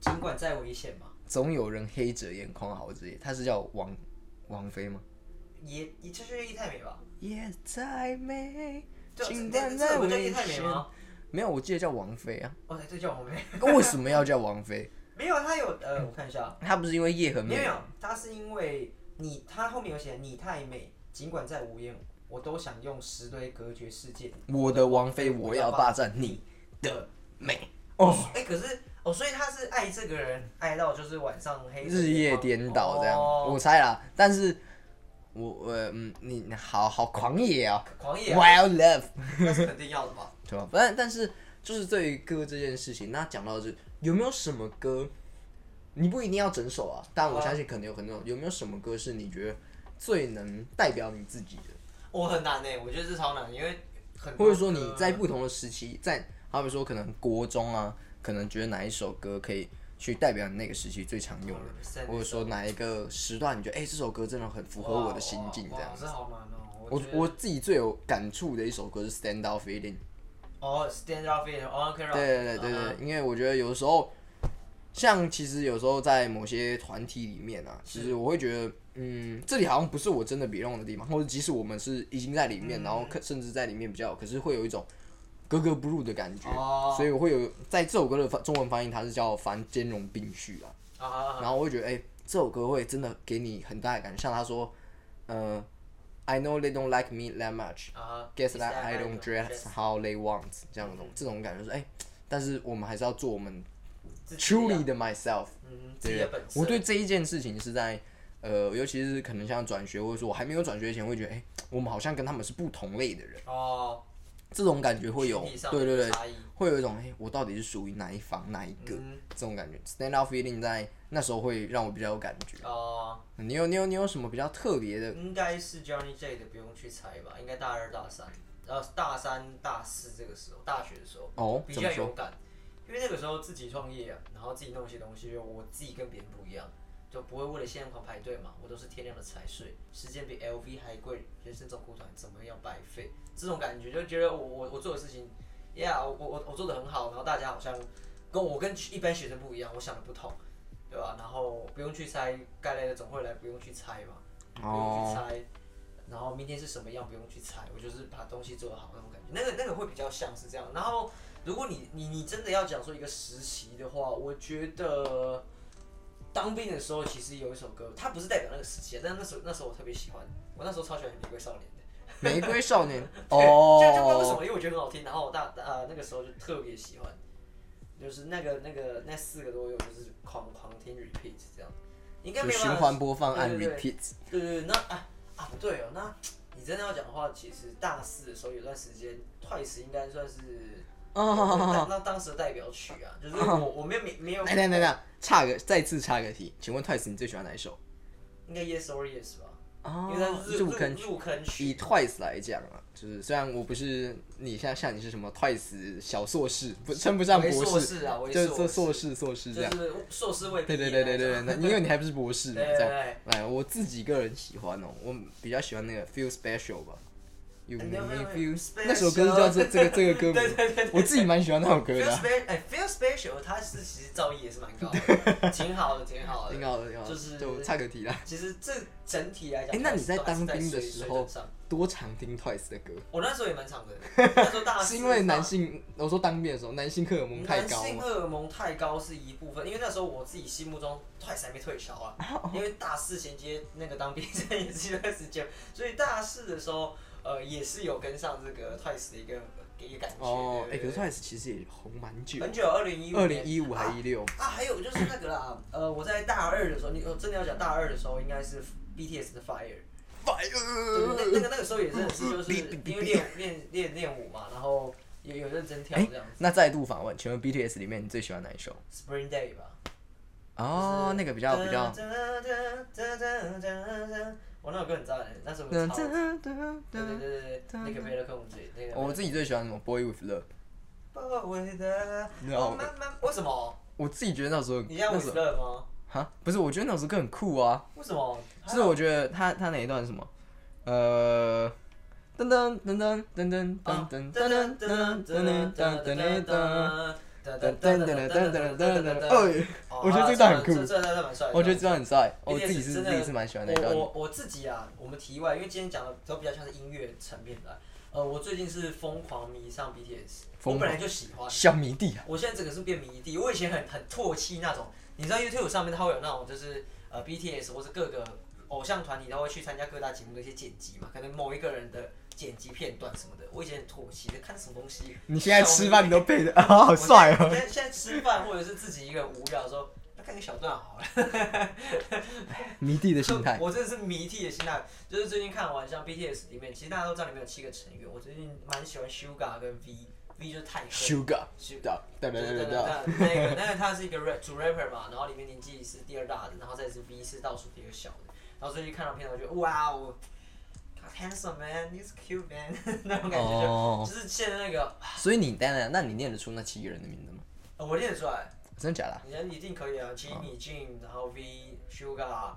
S2: 尽管再危险嘛，
S3: 总有人黑着眼眶熬着夜，他是叫王王菲吗？
S2: 也也就是叶太美吧？
S3: 夜太美，
S2: 对啊
S3: 尽
S2: 这
S3: 管
S2: 这
S3: 再
S2: 首歌叫
S3: 危
S2: 叶太美
S3: 险。
S2: 吗？
S3: 没有，我记得叫王菲啊。
S2: 哦，对，这叫我妹。
S3: 为什么要叫王菲？
S2: 没有，他有呃，我看一下啊，
S3: 她不是因为夜很
S2: 没
S3: 美
S2: 有，他是因为你，他后面有写你太美，尽管再无言，我都想用石堆隔绝世界。
S3: 我的王菲，我要霸占你的美哦，
S2: 哎、可是哦，所以他是爱这个人，爱到就是晚上黑
S3: 日夜颠倒这样，
S2: 哦
S3: 我猜啦。但是我我嗯，你你好好狂野哦
S2: 狂野、啊，
S3: ，Wild Love，
S2: 那是肯定要的吧？
S3: 对吧？但但是就是对于歌这件事情，那讲到这，有没有什么歌，你不一定要整首啊，但我相信可能有很多种，有没有什么歌是你觉得最能代表你自己的，
S2: 我很难呢、我觉得这超难，因为很多
S3: 或者说你
S2: 歌
S3: 在不同的时期，在好比说可能国中啊，可能觉得哪一首歌可以去代表你那个时期最常用的，
S2: 100%
S3: 或者说哪一个时段你觉得哎、这首歌真的很符合我的心境
S2: 哇
S3: 这样
S2: 哇。这好难哦、
S3: 我
S2: 觉得
S3: 我自己最有感触的一首歌是《Stand Out Feeling》。
S2: 哦，stand up i t 哦，OK，
S3: 对对对对对，因为我觉得有的时候，像其实有时候在某些团体里面啊，其实我会觉得，嗯，这里好像不是我真的 belong 的地方，或者即使我们是已经在里
S2: 嗯
S3: 面，然后可甚至在里面比较好，可是会有一种格格不入的感觉，
S2: 哦
S3: 所以我会有在这首歌的翻中文翻译它是叫“凡兼容并蓄”啊，
S2: 啊啊啊
S3: 然后我会觉得，哎、这首歌会真的给你很大的感觉，像他说，呃，I know they don't like me that much，
S2: 啊
S3: guess
S2: Is
S3: that I
S2: I don't
S3: don't dress
S2: dress 嗯
S3: how they want 这样的东这种感觉是哎、但是我们还是要做我们
S2: 自己的
S3: truly 的 myself，
S2: 嗯自己
S3: 对
S2: 的
S3: 不对
S2: 本？色，
S3: 我对这一件事情是在呃，尤其是可能像转学，或者说我还没有转学前，会觉得哎、我们好像跟他们是不同类的人，
S2: 哦
S3: 这种感觉会有
S2: 群体，上
S3: 对对对
S2: 的差异，
S3: 会有一种哎、我到底是属于哪一方哪一个、
S2: 嗯
S3: 这种感觉，stand out feeling 在那时候会让我比较有感觉。
S2: 哦，
S3: 你有你有你有什么比较特别的？
S2: 应该是 Johnny J 的，不用去猜吧？应该大二大三，呃，大三大四这个时候，大学的时候
S3: 哦
S2: 比
S3: 怎么
S2: 较
S3: 说
S2: 有感，因为那个时候自己创业、啊，然后自己弄一些东西，我自己跟别人不一样。就不会为了限量款排队嘛，我都是天亮的才睡，时间比 LV 还贵，人生走苦短，怎么样白费？这种感觉就觉得我我我做的事情，Yeah，我我我我做的很好，然后大家好像跟我跟一般学生不一样，我想的不同，对吧？然后不用去猜，该来的总会来，不用去猜嘛，不用去
S3: 哦
S2: 猜。然后明天是什么样，不用去猜，我就是把东西做好那种感觉，那个那个会比较像是这样。然后如果你你你真的要讲说一个实习的话，我觉得。当兵的时候，其实有一首歌，它不是代表那个时期啊，但那时候那时候我特别喜欢，我那时候超喜欢《玫瑰少年》的。
S3: 玫瑰少 年
S2: 就就不知道为什
S3: 哦
S2: 么，因为我觉得很好听，然后我大呃那个时候就特别喜欢，就是那个那个那四个都有，就是狂狂听 repeat 这样，应该
S3: 就
S2: 没有办
S3: 循
S2: 法
S3: 环播放按
S2: 对对对
S3: repeat。
S2: 对对对，那啊啊不对哦，那你真的要讲的话，其实大四的时候有段时间，Twice 应该算是
S3: 哦
S2: 那那当时的代表曲啊，就是我我没有没没有，
S3: 来来来来，差个再次差个题，请问 Twice 你最喜欢哪一首？
S2: 应该 Yes or Yes 吧，
S3: 哦
S2: 因为它是
S3: 入
S2: 入
S3: 坑曲。
S2: 入坑曲
S3: 以 Twice 来讲啊，就是虽然我不是你像像你是什么 Twice 小硕士，不称不上
S2: 为
S3: 博
S2: 硕
S3: 士，
S2: 士啊为
S3: 就是
S2: 硕
S3: 做
S2: 士
S3: 硕士硕士这
S2: 就
S3: 样。
S2: 是硕士未毕
S3: 对
S2: 业
S3: 对对对对对，
S2: 那
S3: 那因为你还不是博士嘛，
S2: 对对
S3: 这
S2: 对
S3: 样。来，我自己个人喜欢哦，我比较喜欢那个 Feel Special 吧。You make me feel，
S2: Feel
S3: 那首歌是 叫这这个这个歌
S2: 对对对
S3: 名
S2: 对，
S3: 我自己蛮喜欢那首歌
S2: Feel
S3: 的啊。
S2: special，哎，Feel special，它是其实造诣也是蛮高 的，挺好的，挺好的，
S3: 挺好的，挺好的，
S2: 就是
S3: 就差个题啦。
S2: 其实这整体来讲，
S3: 哎、那你
S2: 在
S3: 在当兵的时
S2: 水
S3: 候
S2: 准上，
S3: 多常听 Twice 的歌？
S2: 我那时候也蛮长的，那时候大
S3: 是因为男
S2: 性
S3: 性，我说当兵的时候男性荷尔蒙太高
S2: 男性
S3: 嘛。
S2: 荷尔蒙太高是一部分，因为那时候我自己心目中 Twice 还没退潮啊，
S3: 哦
S2: 因为大四衔接那个当兵这也是一段时间， 所以大四的时候，呃，也是有跟上这个 Twice 的一个一个感觉。
S3: 哦，哎、
S2: 对对
S3: 可是
S2: 对
S3: Twice 其实也红蛮久，
S2: 很久，二零一五
S3: 二零一五
S2: 啊
S3: 还一六、
S2: 啊，还有就是那个啦，呃，我在大二的时候，你我呃真的要讲大二的时候，应该是 BTS 的 Fire，就是那那
S3: Fire。
S2: 个那个时候也真的是就是
S3: 哔哔哔
S2: 因为练练练练舞嘛，然后有有认真跳
S3: 哎
S2: 这样子。
S3: 那再度访问，请问 BTS 里面你最喜欢哪一首？
S2: Spring Day 吧，
S3: 哦，那个比较比较。
S2: 我那首歌很赞的，那首歌超。对对对对，对那个贝勒克姆姐，那个。
S3: 哦我自己最喜欢什么？Boy with Love。
S2: 包围的，
S3: 然后
S2: 哦慢慢，为什么？
S3: 我自己觉得那首歌，
S2: 你现在
S3: 那
S2: 五十
S3: 首
S2: 了吗？
S3: 哈，不是，我觉得那首歌很酷啊。
S2: 为什么？
S3: 就是我觉得他他哪一段是什么？呃，噔噔噔噔噔噔
S2: 哦
S3: 噔噔噔噔噔噔噔噔噔噔。噔噔噔噔噔噔噔噔，我觉得这段很
S2: 这
S3: 酷，
S2: 这段蛮帅的。
S3: 我觉得这段很帅，
S2: 有
S3: 我
S2: 点
S3: 哦自己是
S2: 哎真
S3: 自
S2: 的
S3: 己是蛮喜欢那一段
S2: 我
S3: 的。
S2: 我我自己啊，我们题外，因为今天讲的都比较像是音乐层面的。呃，我最近是疯狂迷上 BTS，
S3: 疯狂
S2: 我本来就喜欢，
S3: 小迷弟啊，
S2: 我现在整个是变迷弟。我以前很很唾弃那种，你知道 YouTube 上面它会有那种就是呃 BTS 或是各个偶像团体，他会去参加各大节目的一些剪辑嘛，可能某一个人的剪辑片段什么的，我以前很唾弃，看什么东西。
S3: 你现在吃饭你都配的， 啊，好帅
S2: 我
S3: 哦！
S2: 现在现在吃饭或者是自己一个人无聊的时候，那看个小段好了。。
S3: 迷弟的心态
S2: 我真的是迷涕的心态，就是最近看完像 BTS 里面，其实大家都知道里面有七个成员，我最近蛮喜欢 Suga 跟 V，V 就是泰森。
S3: Sugar，
S2: Sugar
S3: 哒哒哒
S2: 对对
S3: 哒
S2: 对，
S3: 哒，
S2: 那个那个他是一个 rap 主 rapper 嘛，然后里面年纪是第二大的，然后再是 V 是倒数第二小的，然后最近看到片头就哇哦，God handsome man, he's cute man 那种感觉就、
S3: 哦
S2: 就是现在那个，
S3: 所以你当然，那你念得出那七个人的名字吗？
S2: 呃我念得出来，
S3: 真的假的啊？
S2: 你人一定可以啊，Jimmy、Jim，然后 V、Sugar，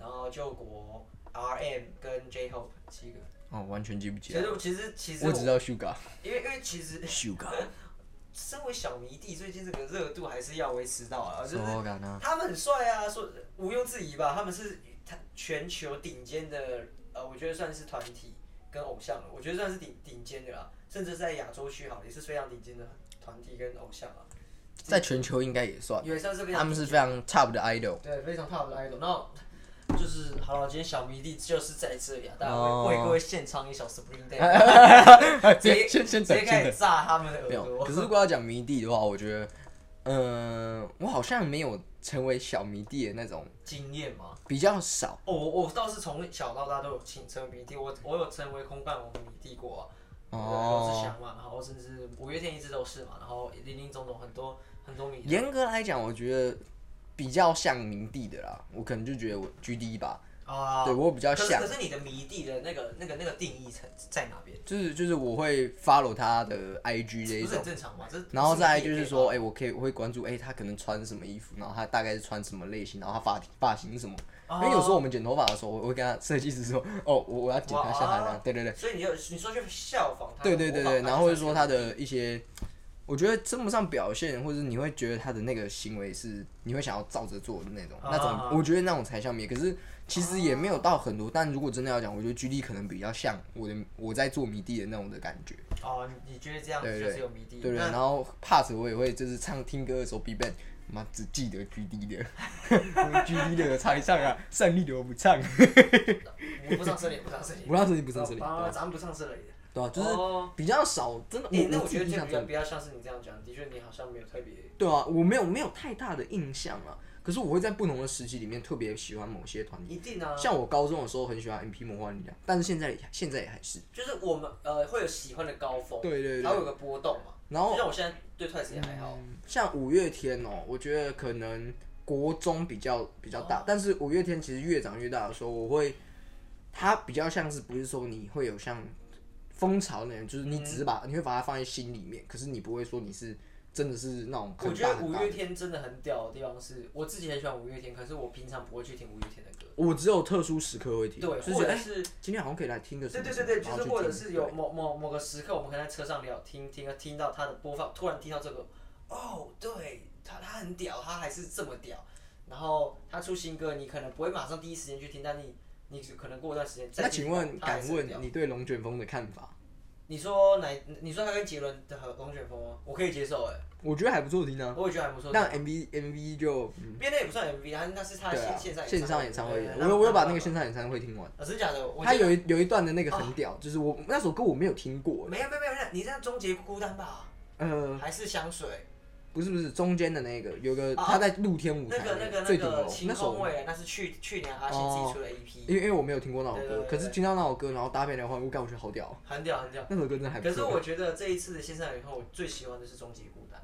S2: 然后救国、RM 跟 J Hope 七个，
S3: 哦，完全记不
S2: 其
S3: 起来。
S2: 实其实其实
S3: 我只知道 Sugar
S2: 因为因为其实
S3: Sugar，
S2: 身为小迷弟，最近这个热度还是要维持到啊，就是。
S3: 我敢啊！
S2: 他们很帅啊，说毋庸置疑吧，他们是他全球顶尖的，呃，我觉得算是团体跟偶像了，我觉得算是顶顶尖的啦，甚至在亚洲区好了，也是非常顶尖的团体跟偶像啊，
S3: 在全球应该也算，
S2: 也算是非常
S3: 他们是非常 top 的 idol。
S2: 对非常 top 的 idol，然后。就是好了，今天小迷弟就是在这里啊，大家为、
S3: 哦
S2: 为各位献唱一首 Spring Day，直接
S3: 先先
S2: 直
S3: 等
S2: 接
S3: 先
S2: 开
S3: 等
S2: 始炸他们的
S3: 没
S2: 耳
S3: 有。
S2: 朵。
S3: 可是如果要讲迷弟的话，我觉得，嗯、我好像没有成为小迷弟的那种，
S2: 经验吗？
S3: 比较少。
S2: 哦，我我倒是从小到大都有请成迷弟，我我有成为空泛我迷弟过啊。罗志
S3: 哦，
S2: 祥嘛，然后甚至五月天一直都是嘛，然后林林总总很多很多迷，
S3: 严格来讲，我觉得比较像迷弟的啦。我可能就觉得我 G D 吧，
S2: 啊
S3: 对我比较
S2: 可是
S3: 像
S2: 可是你的迷弟的那个那个那个定义在在哪边？
S3: 就是就是我会 follow 他的 I G 这一
S2: 不是很。
S3: 种
S2: 正常吗？这
S3: 然后再来
S2: 来
S3: 就是说，哎、我可以我会关注，哎、他可能穿什么衣服，然后他大概是穿什么类型，然后他发发型是什么。因为有时
S2: 哦
S3: 候我们剪头发的时候，我我会跟他设计师说，哦，我我要剪他像他那
S2: 哦
S3: 样，对对对，
S2: 所以你就你说去效仿他，
S3: 对对对对，
S2: 模仿
S3: 然后或者说他的一些，我觉得称不上表现，或者你会觉得他的那个行为是你会想要照着做的那种，
S2: 啊
S3: 那种我觉得那种才像迷。可是其实也没有到很多，但如果真的要讲，我觉得 G D 可能比较像我的我在做迷弟的那种的感觉，
S2: 哦，你你觉得这样
S3: 对
S2: 子
S3: 对
S2: 就是有迷弟？
S3: 对对。
S2: 那
S3: 然后 part 我也会就是唱听歌的时候 B band。妈，只记得 G D 的，G D 的唱一唱啊，胜利的我不唱，
S2: 我不上车了，也不上车了，
S3: 我那时候也不上车了
S2: 啊，咱们不上车了也。
S3: 对吧、就是
S2: 哦
S3: 比较少，真的。
S2: 你哎那
S3: 我
S2: 我觉得
S3: 自
S2: 这
S3: 己印象
S2: 比
S3: 中
S2: 较比较像是你这样讲，的确你好像没有特别
S3: 对啊，我没有没有太大的印象啊。可是我会在不同的时期里面特别喜欢某些团体，
S2: 一定啊，
S3: 像我高中的时候很喜欢 M P 魔幻力量，但是现在现在也还是。
S2: 就是我们呃会有喜欢的高峰，
S3: 对对对
S2: 它会有个波动嘛。
S3: 然后
S2: 就像我现在对 Twice 也还好，
S3: 像五月天哦，我觉得可能国中比较比较大，但是五月天其实越长越大的时候，我会它比较像是不是说你会有像风潮那样，就是你只是把、你会把它放在心里面，可是你不会说你是真的是那种
S2: 我
S3: 很
S2: 觉
S3: 大
S2: 得
S3: 很
S2: 五
S3: 大
S2: 月
S3: 的。
S2: 天真的很屌的地方是，我自己很喜欢五月天，可是我平常不会去听五月天的歌，
S3: 我只有特殊时刻会听，
S2: 对，
S3: 就是
S2: 或
S3: 觉得
S2: 者
S3: 哎、
S2: 是。
S3: 今天好像可以来听个什
S2: 对
S3: 么
S2: 对
S3: 什
S2: 对
S3: 么，
S2: 对，
S3: 然
S2: 就
S3: 后
S2: 是
S3: 去
S2: 或者
S3: 听
S2: 是
S3: 对
S2: 有某某某个时刻，我们可能在车上聊，听听听到他的播放，突然听到这个，哦，对他他很屌，他还是这么屌。然后他出新歌，你可能不会马上第一时间去听，但你你可能过一段时间再
S3: 那
S2: 听
S3: 请
S2: 到
S3: 问，
S2: 他还
S3: 敢
S2: 是很屌
S3: 问你对龙卷风的看法？
S2: 你说哪？你说他跟杰伦的和龙卷风吗？我可以接受哎、
S3: 我觉得还不错听啊，
S2: 我也觉得还不错。
S3: 但 MV MV 就
S2: 变那也不算 MV 啊，那是他
S3: 对啊，
S2: 线上
S3: 线上演唱会
S2: 对，
S3: 我有我有把那个现场演唱会听完，
S2: 啊，真的假的？我
S3: 它
S2: 记得
S3: 有一有一段的那个很屌，就是我那首歌我没有听过，
S2: 没有没有没有，没有你这样终结孤单吧？
S3: 呃，
S2: 还是香水？
S3: 不是不是，中间的那个有个
S2: 啊
S3: 他在露天舞
S2: 那
S3: 台
S2: 个那个
S3: 最
S2: 那
S3: 顶
S2: 个
S3: 楼
S2: 晴
S3: 那哦首
S2: 空，未来，那是去去年阿信自己出的 EP，
S3: 因为因为我没有听过那首
S2: 对对
S3: 歌，
S2: 对
S3: 可是听到那首歌，然后搭配的话，我感觉好屌，
S2: 很屌很屌。
S3: 那首歌真的还不
S2: 可是
S3: 错。
S2: 我觉得这一次的线上演唱会，我最喜欢的是终结孤单。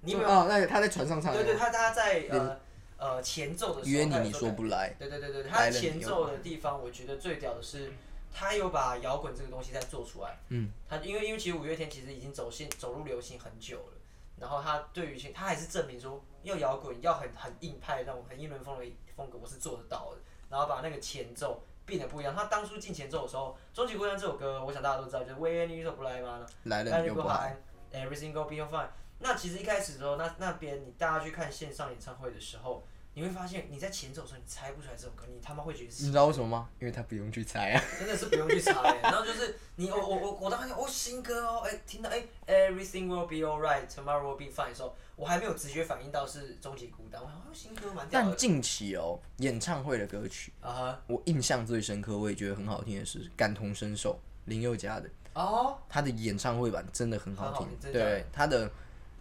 S2: 你有没有？
S3: 啊，那个他在船上唱的
S2: 对
S3: 那
S2: 对，
S3: 个，
S2: 他他在呃呃前奏的时候，
S3: 约你
S2: 他有
S3: 你说不来，
S2: 对对对对，
S3: 来
S2: 他
S3: 了你
S2: 前
S3: 又
S2: 奏的地方，我觉得最屌的是，他有把摇滚这个东西再做出来。
S3: 嗯，
S2: 他因为因为其实五月天其实已经走线走入流行很久了，然后他对于他还是证明说，要摇滚要很很硬派那种很英伦风的风格，我是做得到的。然后把那个前奏变得不一样。他当初进前奏的时候，《终极孤单》这首歌，我想大家都知道，就是《When You Don't Lie》嘛，
S3: 来了
S2: 但
S3: 你
S2: 如果
S3: 又不来，
S2: 还 Everything Go Beyond Fine，那其实一开始的时候，那那边你大家去看线上演唱会的时候，你会发现你在前奏的时候你猜不出来这首歌，你他妈会觉得
S3: 你
S2: 是
S3: 知道为什么吗？因为他不用去猜 啊。
S2: 真的是不用去猜、欸。然后就是你我我我我当时哦新歌哦，哎、听到哎、Everything will be alright, tomorrow will be fine 的时候，我还没有直觉反应到是终极孤单，我想哦新歌蛮屌
S3: 但
S2: 的
S3: 近期哦，演唱会的歌曲，
S2: 啊哈
S3: 我印象最深刻，我也觉得很好听的是《感同身受》林宥嘉的，
S2: 哦
S3: 他的演唱会版真的很好
S2: 很好
S3: 听
S2: 听。真的假的
S3: 对他的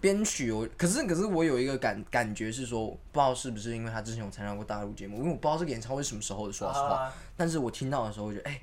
S3: 编曲我，可是可是我有一个感感觉是说，不知道是不是因为他之前有参加过大陆节目，因为我不知道这个演唱会是什么时候的，说老实话，
S2: 啊
S3: 但是我听到的时候，我觉得哎、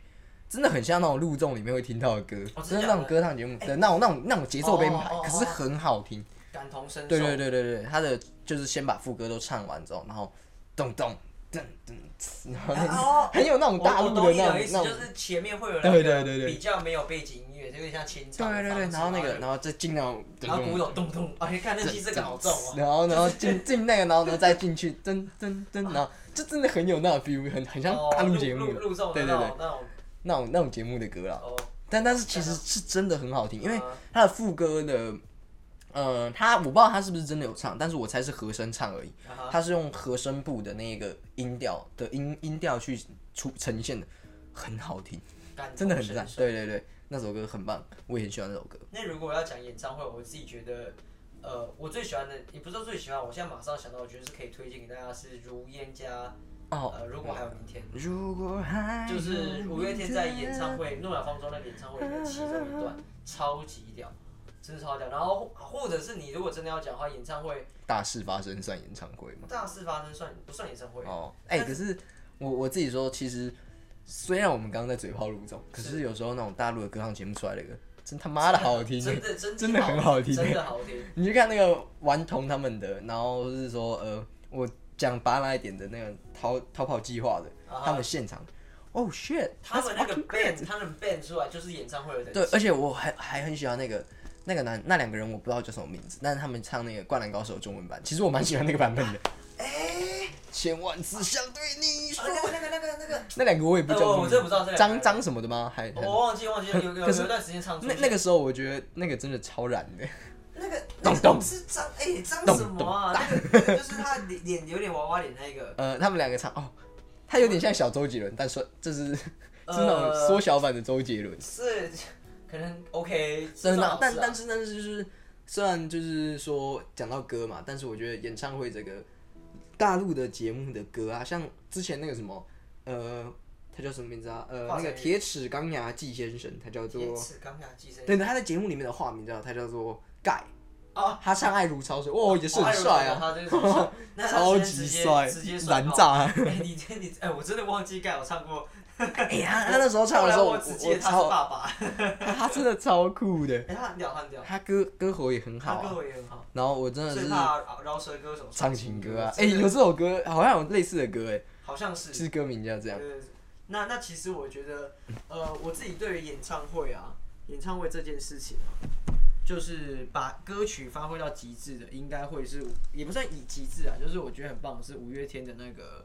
S3: 真的很像那种路纵里面会听到的歌，
S2: 哦
S3: 就
S2: 真的
S3: 是
S2: 假的
S3: 那种歌唱节目，对，那种那种那种节奏编排，
S2: 哦哦哦哦
S3: 可是很好听。
S2: 感同身受。
S3: 对对对对对，他的就是先把副歌都唱完之后，然后咚咚噔噔，呲然后那种
S2: 哦，
S3: 很有那种大陆
S2: 我
S3: 的
S2: 懂你
S3: 那
S2: 的意
S3: 种
S2: 思，
S3: 那
S2: 就
S3: 种。
S2: 是前面会有
S3: 对对对对
S2: 比较没有背景音乐，就有点像清
S3: 对
S2: 唱的
S3: 对对，
S2: 方式
S3: 然后那个，
S2: 就
S3: 然后再进到咚
S2: 然后
S3: 咚
S2: 鼓有咚咚，而且看那气势感好重哦。
S3: 然后然后进进那个，然后呢再进去，噔噔噔，然后就真的很有那种 feel，很很像
S2: 哦
S3: 大陆节目
S2: 录录
S3: 的，
S2: 中
S3: 对
S2: 的
S3: 对
S2: 那种，
S3: 对
S2: 那种
S3: 那种那种节目的歌啦。
S2: 哦，
S3: 但但是其实是真的很好听，因为
S2: 嗯
S3: 他的副歌的，呃，他我不知道他是不是真的有唱，但是我猜是和声唱而已。
S2: 啊哈
S3: 他是用和声部的那个音调的音音调去出呈现的，很好听，
S2: 感同
S3: 真的很
S2: 身
S3: 赞。
S2: 受
S3: 对对对，那首歌很棒，我也很喜欢那首歌。
S2: 那如果要讲演唱会，我自己觉得，呃，我最喜欢的，也不是说最喜欢，我现在马上想到，我觉得是可以推荐给大家是如烟加，
S3: 哦
S2: 呃，如果还有明天，
S3: 如果还有
S2: 就是五月天在演唱
S3: 明
S2: 会《诺亚方舟》那个演唱会里面其中一段，超级屌，真的超屌。然后或者是你如果真的要讲的话，演唱会
S3: 天大事发生算演唱会吗？
S2: 大事发生算不算演唱会？
S3: 哦，哎、可是我我自己说，其实虽然我们刚刚在嘴炮卢总，可是有时候那种大陆的歌唱节目出来的歌，真他妈的好听，
S2: 真的真
S3: 真的很好听
S2: 真的好听。
S3: 你去看那个顽童他们的，然后是说呃，我讲拔拉一点的那个逃逃跑计划的
S2: 啊哈
S3: 他们现场，Oh shit，
S2: 他们那个
S3: that's fucking great
S2: band，他们 band 出来就是演唱会的等级
S3: 对，而且我还还很喜欢那个那个男那两个人，我不知道叫什么名字，但是他们唱那个《灌篮高手》中文版，其实我蛮喜欢那个版本的。哎、千万次想对你说
S2: 啊，那个那个那个那个，
S3: 那两个我也不叫
S2: 呃
S3: 什
S2: 我
S3: 么
S2: 我真的不知道这
S3: 名字，
S2: 两个哦
S3: 张张什么的吗？还
S2: 我忘记忘记有有有
S3: 可是
S2: 一段时间唱出
S3: 那那个时候我觉得那个真的超燃的，
S2: 那个
S3: 咚咚
S2: 是张哎张
S3: 咚
S2: 什么啊？那个那个就是他脸脸有点娃娃脸那个，
S3: 呃，他们两个唱哦。他有点像小周杰伦，但是这是是那种
S2: 呃
S3: 缩小版的周杰伦。
S2: 是可能 OK，
S3: 真的
S2: 至
S3: 啊
S2: 少，
S3: 但
S2: 是啊
S3: 但是但是就是，虽然就是说讲到歌嘛，但是我觉得演唱会这个大陆的节目的歌啊，像之前那个什么，呃，他叫什么名字啊？呃，
S2: 华
S3: 那
S2: 晨宇
S3: 个铁齿钢牙纪先生，他叫做
S2: 铁，齿钢牙寄生
S3: 对对，他在节目里面的化名叫他叫做盖，
S2: 啊，哦
S3: 他唱《爱如潮水》，哇，也是很帅啊，
S2: 他真的很帅那他
S3: 超
S2: 现在
S3: 级
S2: 直接
S3: 帅
S2: 直接，帅
S3: 燃
S2: 爆
S3: 炸！啊！
S2: 哎，你这你哎，我真的忘记盖我唱过，
S3: 哎，他他那时候唱的时 候，
S2: 后
S3: 我
S2: 来我只记
S3: 我
S2: 得他是
S3: 超，
S2: 爸爸，
S3: 他真的超酷的，
S2: 哎，他很屌，他很屌，
S3: 他歌歌喉也很好
S2: 他
S3: 啊
S2: 歌。喉也很好，
S3: 然后我真的
S2: 最
S3: 是
S2: 怕饶饶舌歌手
S3: 唱情歌啊！哎、
S2: 真的
S3: 有这首歌好像有类似的歌，哎，
S2: 好像是
S3: 是歌名叫这样。嗯
S2: 对对对那那其实我觉得，呃，我自己对于演唱会啊，演唱会这件事情啊，就是把歌曲发挥到极致的，应该会是也不算以极致啊，就是我觉得很棒的是五月天的那个，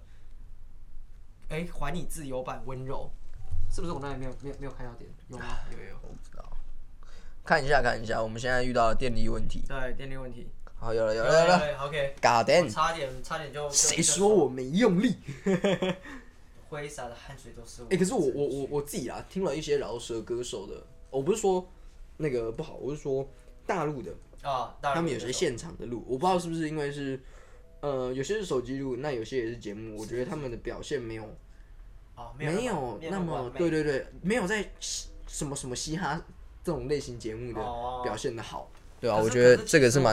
S2: 哎、还你自由版温柔，是不是我那里没有没有没有看到点？有 吗？有有有。
S3: 看一下，看一下，我们现在遇到了电力问题。
S2: 对，电力问题。
S3: 好，有了，有了，有了。
S2: o k
S3: Garden，
S2: 差点差点就
S3: 嗯谁说我没用力？
S2: 挥洒的汗水都是我？
S3: 哎、可是我我我我自己啊，听了一些饶舌歌手的，我不是说那个不好，我是说大陆的，
S2: 啊，当然
S3: 他们有些现场的录，我不知道是不是因为是，呃，有些是手机录，那有些也是节目，我觉得他们的表现没有
S2: 啊没
S3: 没有
S2: 有
S3: 那么，对对对，没有在嘻什么什么嘻哈这种类型节目的
S2: 哦
S3: 表现的好，对啊
S2: 可是可是其实我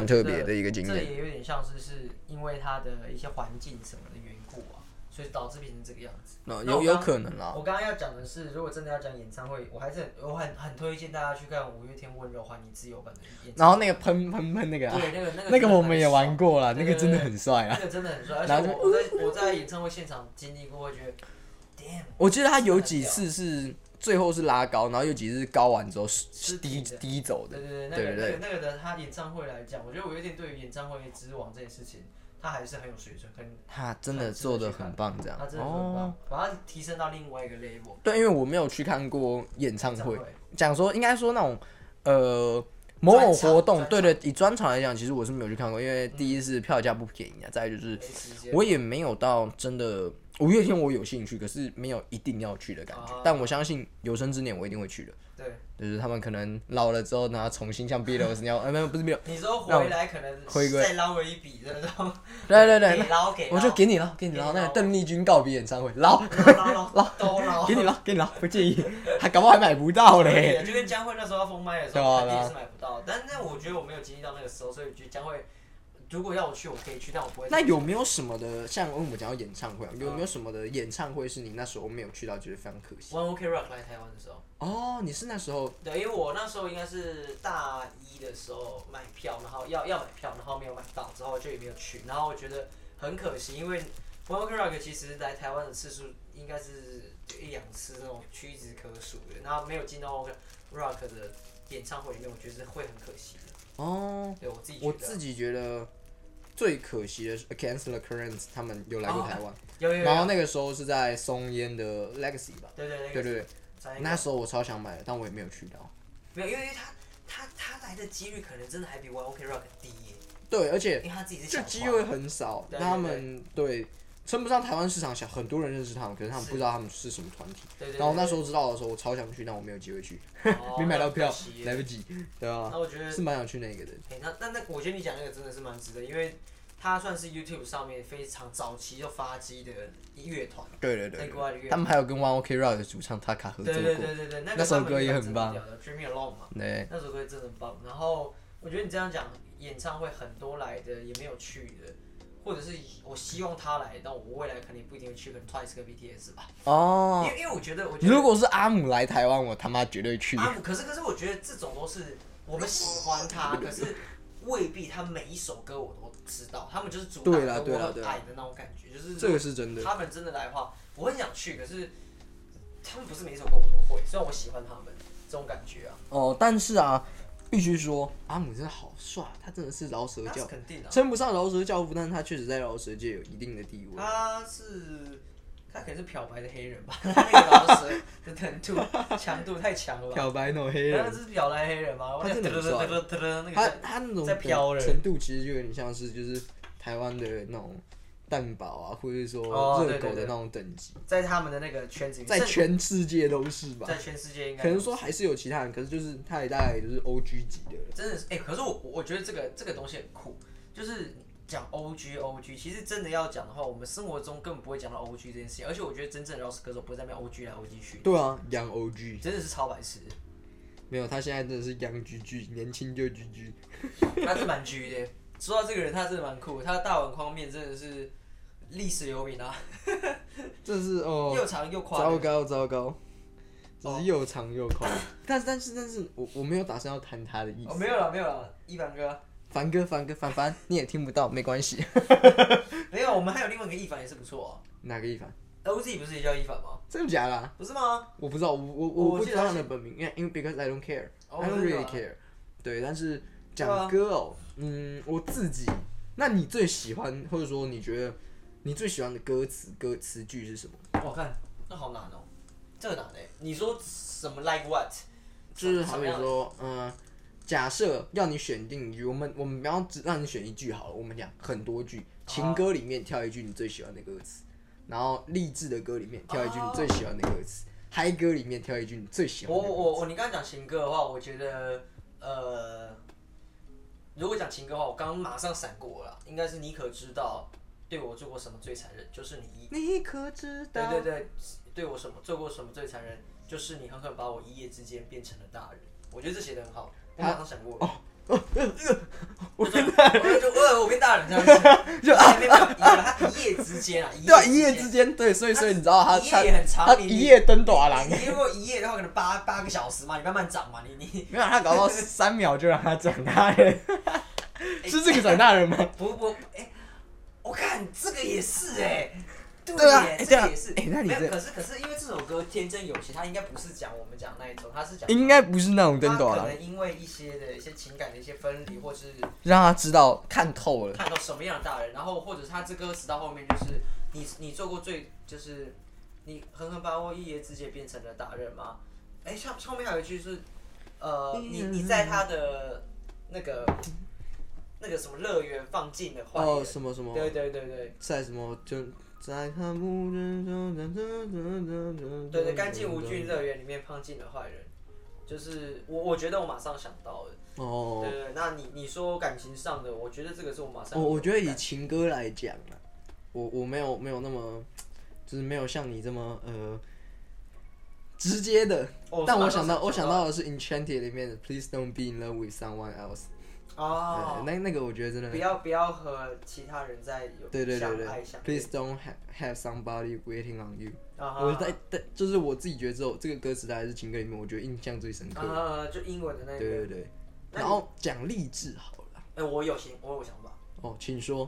S2: 觉得这也有点像是是因为它的一些环境什么的缘故啊，所以导致变成这个样子。
S3: 那
S2: 那我
S3: 有有可能啦，
S2: 我刚刚要讲的是，如果真的要讲演唱会，我还是很我很很推荐大家去看五月天温柔还你自由版的演唱
S3: 然后那个喷喷喷那个啊，
S2: 对那个那个
S3: 那个我们也玩过啦，那
S2: 真的
S3: 个
S2: 很
S3: 真的很帅
S2: 会，
S3: 啊
S2: 那。个真的很帅。而
S3: 然后
S2: 且我我在我在演唱会现场经历过，会觉得，damn，
S3: 我记得他有几次是最后是拉高，然后有几次是高完之后是是
S2: 是
S3: 低
S2: 低的
S3: 低走的
S2: 对，对对，那
S3: 对
S2: 个
S3: 对
S2: 那
S3: 对
S2: 个那个的他演唱会来讲，我觉得五月天对于演唱会之王这件事情，他还是很有水准，很
S3: 他真的做的很棒，这样
S2: 他真的很
S3: 哦。
S2: 棒，把他提升到另外一个 level。
S3: 对，因为我没有去看过演唱
S2: 演唱
S3: 会
S2: 会，
S3: 讲说应该说那种呃某某
S2: 专场嗯
S3: 活动，
S2: 专
S3: 对对，以专场来讲，其实我是没有去看过，因为第一是票价不便宜啊，再来就是
S2: 没时间
S3: 我也没有到真的五月天我有兴趣，可是没有一定要去的感觉。
S2: 啊
S3: 但我相信有生之年我一定会去的，
S2: 对，
S3: 就是他们可能老了之后，然后重新像 Beatles 那样，呃，没有，不是 Beatles，
S2: 你说
S3: 那我
S2: 回来可能
S3: 回归
S2: 再捞了一笔的那种，
S3: 对对对，
S2: 给
S3: 那
S2: 捞给捞，
S3: 我就给你了，给你
S2: 给
S3: 了，
S2: 你
S3: 那个
S2: 捞
S3: 邓丽君告别演唱会捞，
S2: 捞捞捞都捞，
S3: 给你了，给你了，不介意，还搞不好还买不到
S2: 对
S3: 嘞
S2: 啊，。就跟江蕙那时候要封麦的时
S3: 对啊
S2: 候，肯定也是
S3: 对
S2: 买不到。但但我觉得我没有经历到那个时候，所以我觉得江蕙如果要我去，我可以去，但我不会。
S3: 那有没有什么的，像我们讲到演唱会啊，有没有什么的演唱会是你那时候没有去到，觉得非常可惜？
S2: One OK Rock 来台湾的时候，
S3: 哦，你是那时候
S2: 对，因为我那时候应该是大一的时候买票，然后要要买票，然后没有买到，之后就也没有去，然后我觉得很可惜，因为 One OK Rock 其实来台湾的次数应该是一两次那种屈指可数的，然后没有进到 One OK Rock 的演唱会里面，我觉得是会很可惜的。
S3: 哦，
S2: 对我自己觉
S3: 我
S2: 得，
S3: 自己觉得最可惜的是 Against the Currents 他们有来
S2: 哦
S3: 过台湾，
S2: 有有有
S3: 然后那个时候是在松烟的 Legacy 吧？
S2: 对对对，
S3: 对对对，
S2: 对
S3: 那时候我超想买的，但我也没有去到。
S2: 没有，因为他他他来的几率可能真的还比 One OK Rock 低耶，
S3: 对，而
S2: 因
S3: 且
S2: 为他自己是
S3: 就
S2: 小
S3: 机
S2: 花
S3: 会很少，
S2: 对对对
S3: 他们对称不上台湾市场小，很多人认识他们，可是他们
S2: 是
S3: 不知道他们是什么团体。
S2: 对对对
S3: 啊然后那时候知道的时候，我超想去，但我没有机会去，
S2: 哦
S3: 没买到票
S2: 那可惜，耶
S3: 来不及。对啊
S2: 那，我觉得，
S3: 是蛮想去那个的。
S2: 哎、那那那，我觉得你讲那个真的是蛮值得，因为他算是 YouTube 上面非常早期就发迹的乐团，
S3: 对对
S2: 在
S3: 对，
S2: 国外的乐
S3: 他
S2: 团。
S3: 们还有跟 One OK Rock 的主唱 Taka 合作
S2: 对对
S3: 过。
S2: 对对对，那
S3: 那
S2: 个
S3: 首
S2: 他们
S3: 歌也
S2: 乐团
S3: 很
S2: 真的
S3: 棒
S2: 屌的，Dreamy Alone 嘛，
S3: 对，
S2: 那首歌真的很棒。然后我觉得你这样讲，演唱会很多来的也没有去的，或者是我希望他来，但我未来肯定不一定会去，可能 Twice 跟 BTS 吧。
S3: 哦
S2: 因，为因为我觉得，我觉得
S3: 如果是阿姆来台湾，我他妈绝对去。
S2: 阿姆，啊可是可是我觉得这种都是我们喜欢他，可是未必他每一首歌我都知道，他们就是主打
S3: 对啦
S2: 歌
S3: 对啦
S2: 我很
S3: 对啦
S2: 爱的那种感觉，就是
S3: 这个是真的。
S2: 他们真的来的话，我很想去，可是他们不是每一首歌我都会，虽然我喜欢他们这种感觉啊，
S3: 哦，但是啊，必须说阿姆真的好帅，他真的是饶舌
S2: 那是
S3: 教，
S2: 肯定的、啊，
S3: 称不上饶舌教父，但是他确实在饶舌界有一定的地位。
S2: 他是。他可能是漂白的黑人吧， 他那个老舌的程度强度太强了吧？
S3: 漂白那种黑
S2: 然后
S3: 人，
S2: 是漂白黑人嘛，我
S3: 他
S2: 讲
S3: 真的很帅啊
S2: 噔噔噔噔噔那个
S3: 他
S2: 在
S3: 他那种
S2: 在飘了
S3: 程度其实就有点像是就是台湾的那种蛋堡啊，或者是说
S2: 哦
S3: 热
S2: 对
S3: 狗
S2: 对
S3: 的
S2: 对
S3: 那种等级，
S2: 在他们的那个圈子里面，
S3: 在
S2: 甚
S3: 全世界都是吧
S2: 在？全世界应该
S3: 可能说还是有其他人，可是就是他也大概也就是 O G 级的了。
S2: 真的是，哎、可是我我觉得这个这个东西很酷，就是讲 O G O G，其实真的要讲的话，我们生活中根本不会讲到 O G 这件事情，而且我觉得真正的饶舌歌手不会在那边 O G 来 O G 去，
S3: 对啊，洋 O G
S2: 真的是超白痴，
S3: 没有，他现在真的是洋 G G，年轻就 G G。
S2: 他是蛮 G 的。说到这个人，他真的蛮酷的，他的大碗宽面真的是历史留名啊，
S3: 这是哦，
S2: 又哦长又宽
S3: 糟
S2: 的。
S3: 糕糟糕，只是又长又宽。 但是但是但是我我没有打算要谈他的意
S2: 哦，
S3: 思。
S2: 没有了，没有了，一凡哥，
S3: 凡哥凡哥凡凡，你也听不到，没关系。
S2: 没有，我们还有另外一个一凡也是不错、
S3: 哪个一凡？
S2: 啊、，OZ 不是也叫一凡吗？
S3: 真的假的啊、
S2: 不是吗？
S3: 我不知道，我我
S2: 我
S3: 不
S2: 记
S3: 知
S2: 得
S3: 道
S2: 他
S3: 他
S2: 是
S3: 的本名，因为因为 because I don't care，I、
S2: 哦
S3: don't
S2: 真的
S3: really
S2: 啊
S3: care。对，但是
S2: 对
S3: 讲
S2: 啊
S3: 歌哦，嗯，我自己，那你最喜欢或者说你觉得你最喜欢的歌词歌词句是什么？
S2: 我看那好难哦，这个难哎、你说什么 like what？
S3: 就是
S2: 什
S3: 好
S2: 么
S3: 比
S2: 样的
S3: 说，嗯、假设要你选定一句，我们我们不要只让你选一句好了，我们讲很多句，
S2: 哦
S3: 情歌里面挑一句你最喜欢的歌词，然后励志的歌里面挑一句你最喜欢的歌词，嗨歌里面挑一句你最喜欢
S2: 我
S3: 的歌词。
S2: 我我，你刚刚讲情歌的话，我觉得呃，如果讲情歌的话，我刚刚马上闪过了，应该是你可知道对我做过什么最残忍，就是你一
S3: 你可知
S2: 对
S3: 道？
S2: 对对，对我什么做过什么最残忍，就是你狠狠把我一夜之间变成了大人。我觉得这写的很好，我马上闪过了。我就我我变大人这样子，就啊，没有没有，他一夜之间啊，
S3: 对啊，一夜之间，对，所以所以你知道他
S2: 一
S3: 他
S2: 夜也很长
S3: 他
S2: 你
S3: 一夜登 短郎，
S2: 你如果一夜的话，可能八八个小时嘛，你慢慢长嘛，你你
S3: 没有啊他搞到三秒就让他长大 人，是这个长大人吗？
S2: 不不，哎、我看这个也是哎、对
S3: 对啊
S2: 耶
S3: 哎
S2: 这
S3: 对啊
S2: 个也是。
S3: 哎那你
S2: 没有
S3: 这
S2: 可是可是因为这首歌《天真有邪》，它应该不是讲我们讲那一种，它是讲
S3: 应该不是那种登
S2: 他
S3: 短
S2: 可
S3: 郎，
S2: 能因为一些的一些情感的一些分离，或是
S3: 让他知道看透了。
S2: 看到什么样的大人，然后或者是他这歌词到后面就是你你做过最就是你狠狠把我一夜之间变成了大人吗？哎，上上面还有一句是呃，你你在他的那个那个什么乐园放进了坏人。
S3: 哦，什么什么，
S2: 对对对对，
S3: 在什么就在看不见的
S2: 对对，《干净无菌乐园》里面胖进的坏人，就是我我觉得我马上想到了。
S3: 哦
S2: 对对对，那你你说感情上的，我觉得这个是我马上
S3: 哦，我觉得以情歌来讲啊，我我没有没有那么，就是没有像你这么呃直接的。
S2: 哦
S3: 但
S2: 是吗
S3: 我想到
S2: 那
S3: 我
S2: 我想
S3: 想
S2: 不
S3: 到的是《Enchanted》里面的 “Please don't be in love with someone else”，、
S2: 哦，
S3: 对那那个我觉得真的
S2: 不要不要和其他人在有
S3: 对对对
S2: 相
S3: 对
S2: 爱相恋
S3: ，Please don't have have somebody waiting on you。
S2: 啊哈
S3: 我在在就是我自己觉得之后，这个歌词还是情歌里面，我觉得印象最深刻。
S2: 啊，就英文的那
S3: 对
S2: 个。
S3: 对对，
S2: 那
S3: 然后讲励志好了。
S2: 哎，我有想，我有想法，
S3: 哦，请说。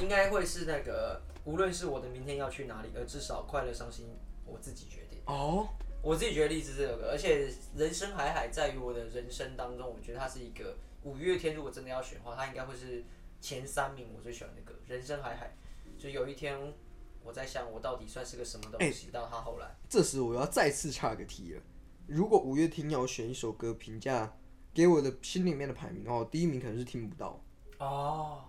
S2: 应该会是那个，无论是我的明天要去哪里，而至少快乐伤心我自己决定。
S3: 哦，
S2: 我自己觉得励志这首歌，而且人生海海，在于我的人生当中，我觉得它是一个五月天如果真的要选的话，它应该会是前三名我最喜欢的歌。人生海海，就有一天我在想，我到底算是个什么东西？到他后来，
S3: 这时我要再次岔个题了。如果五月天要选一首歌评价给我的心里面的排名的话，我第一名可能是听不到。
S2: 哦，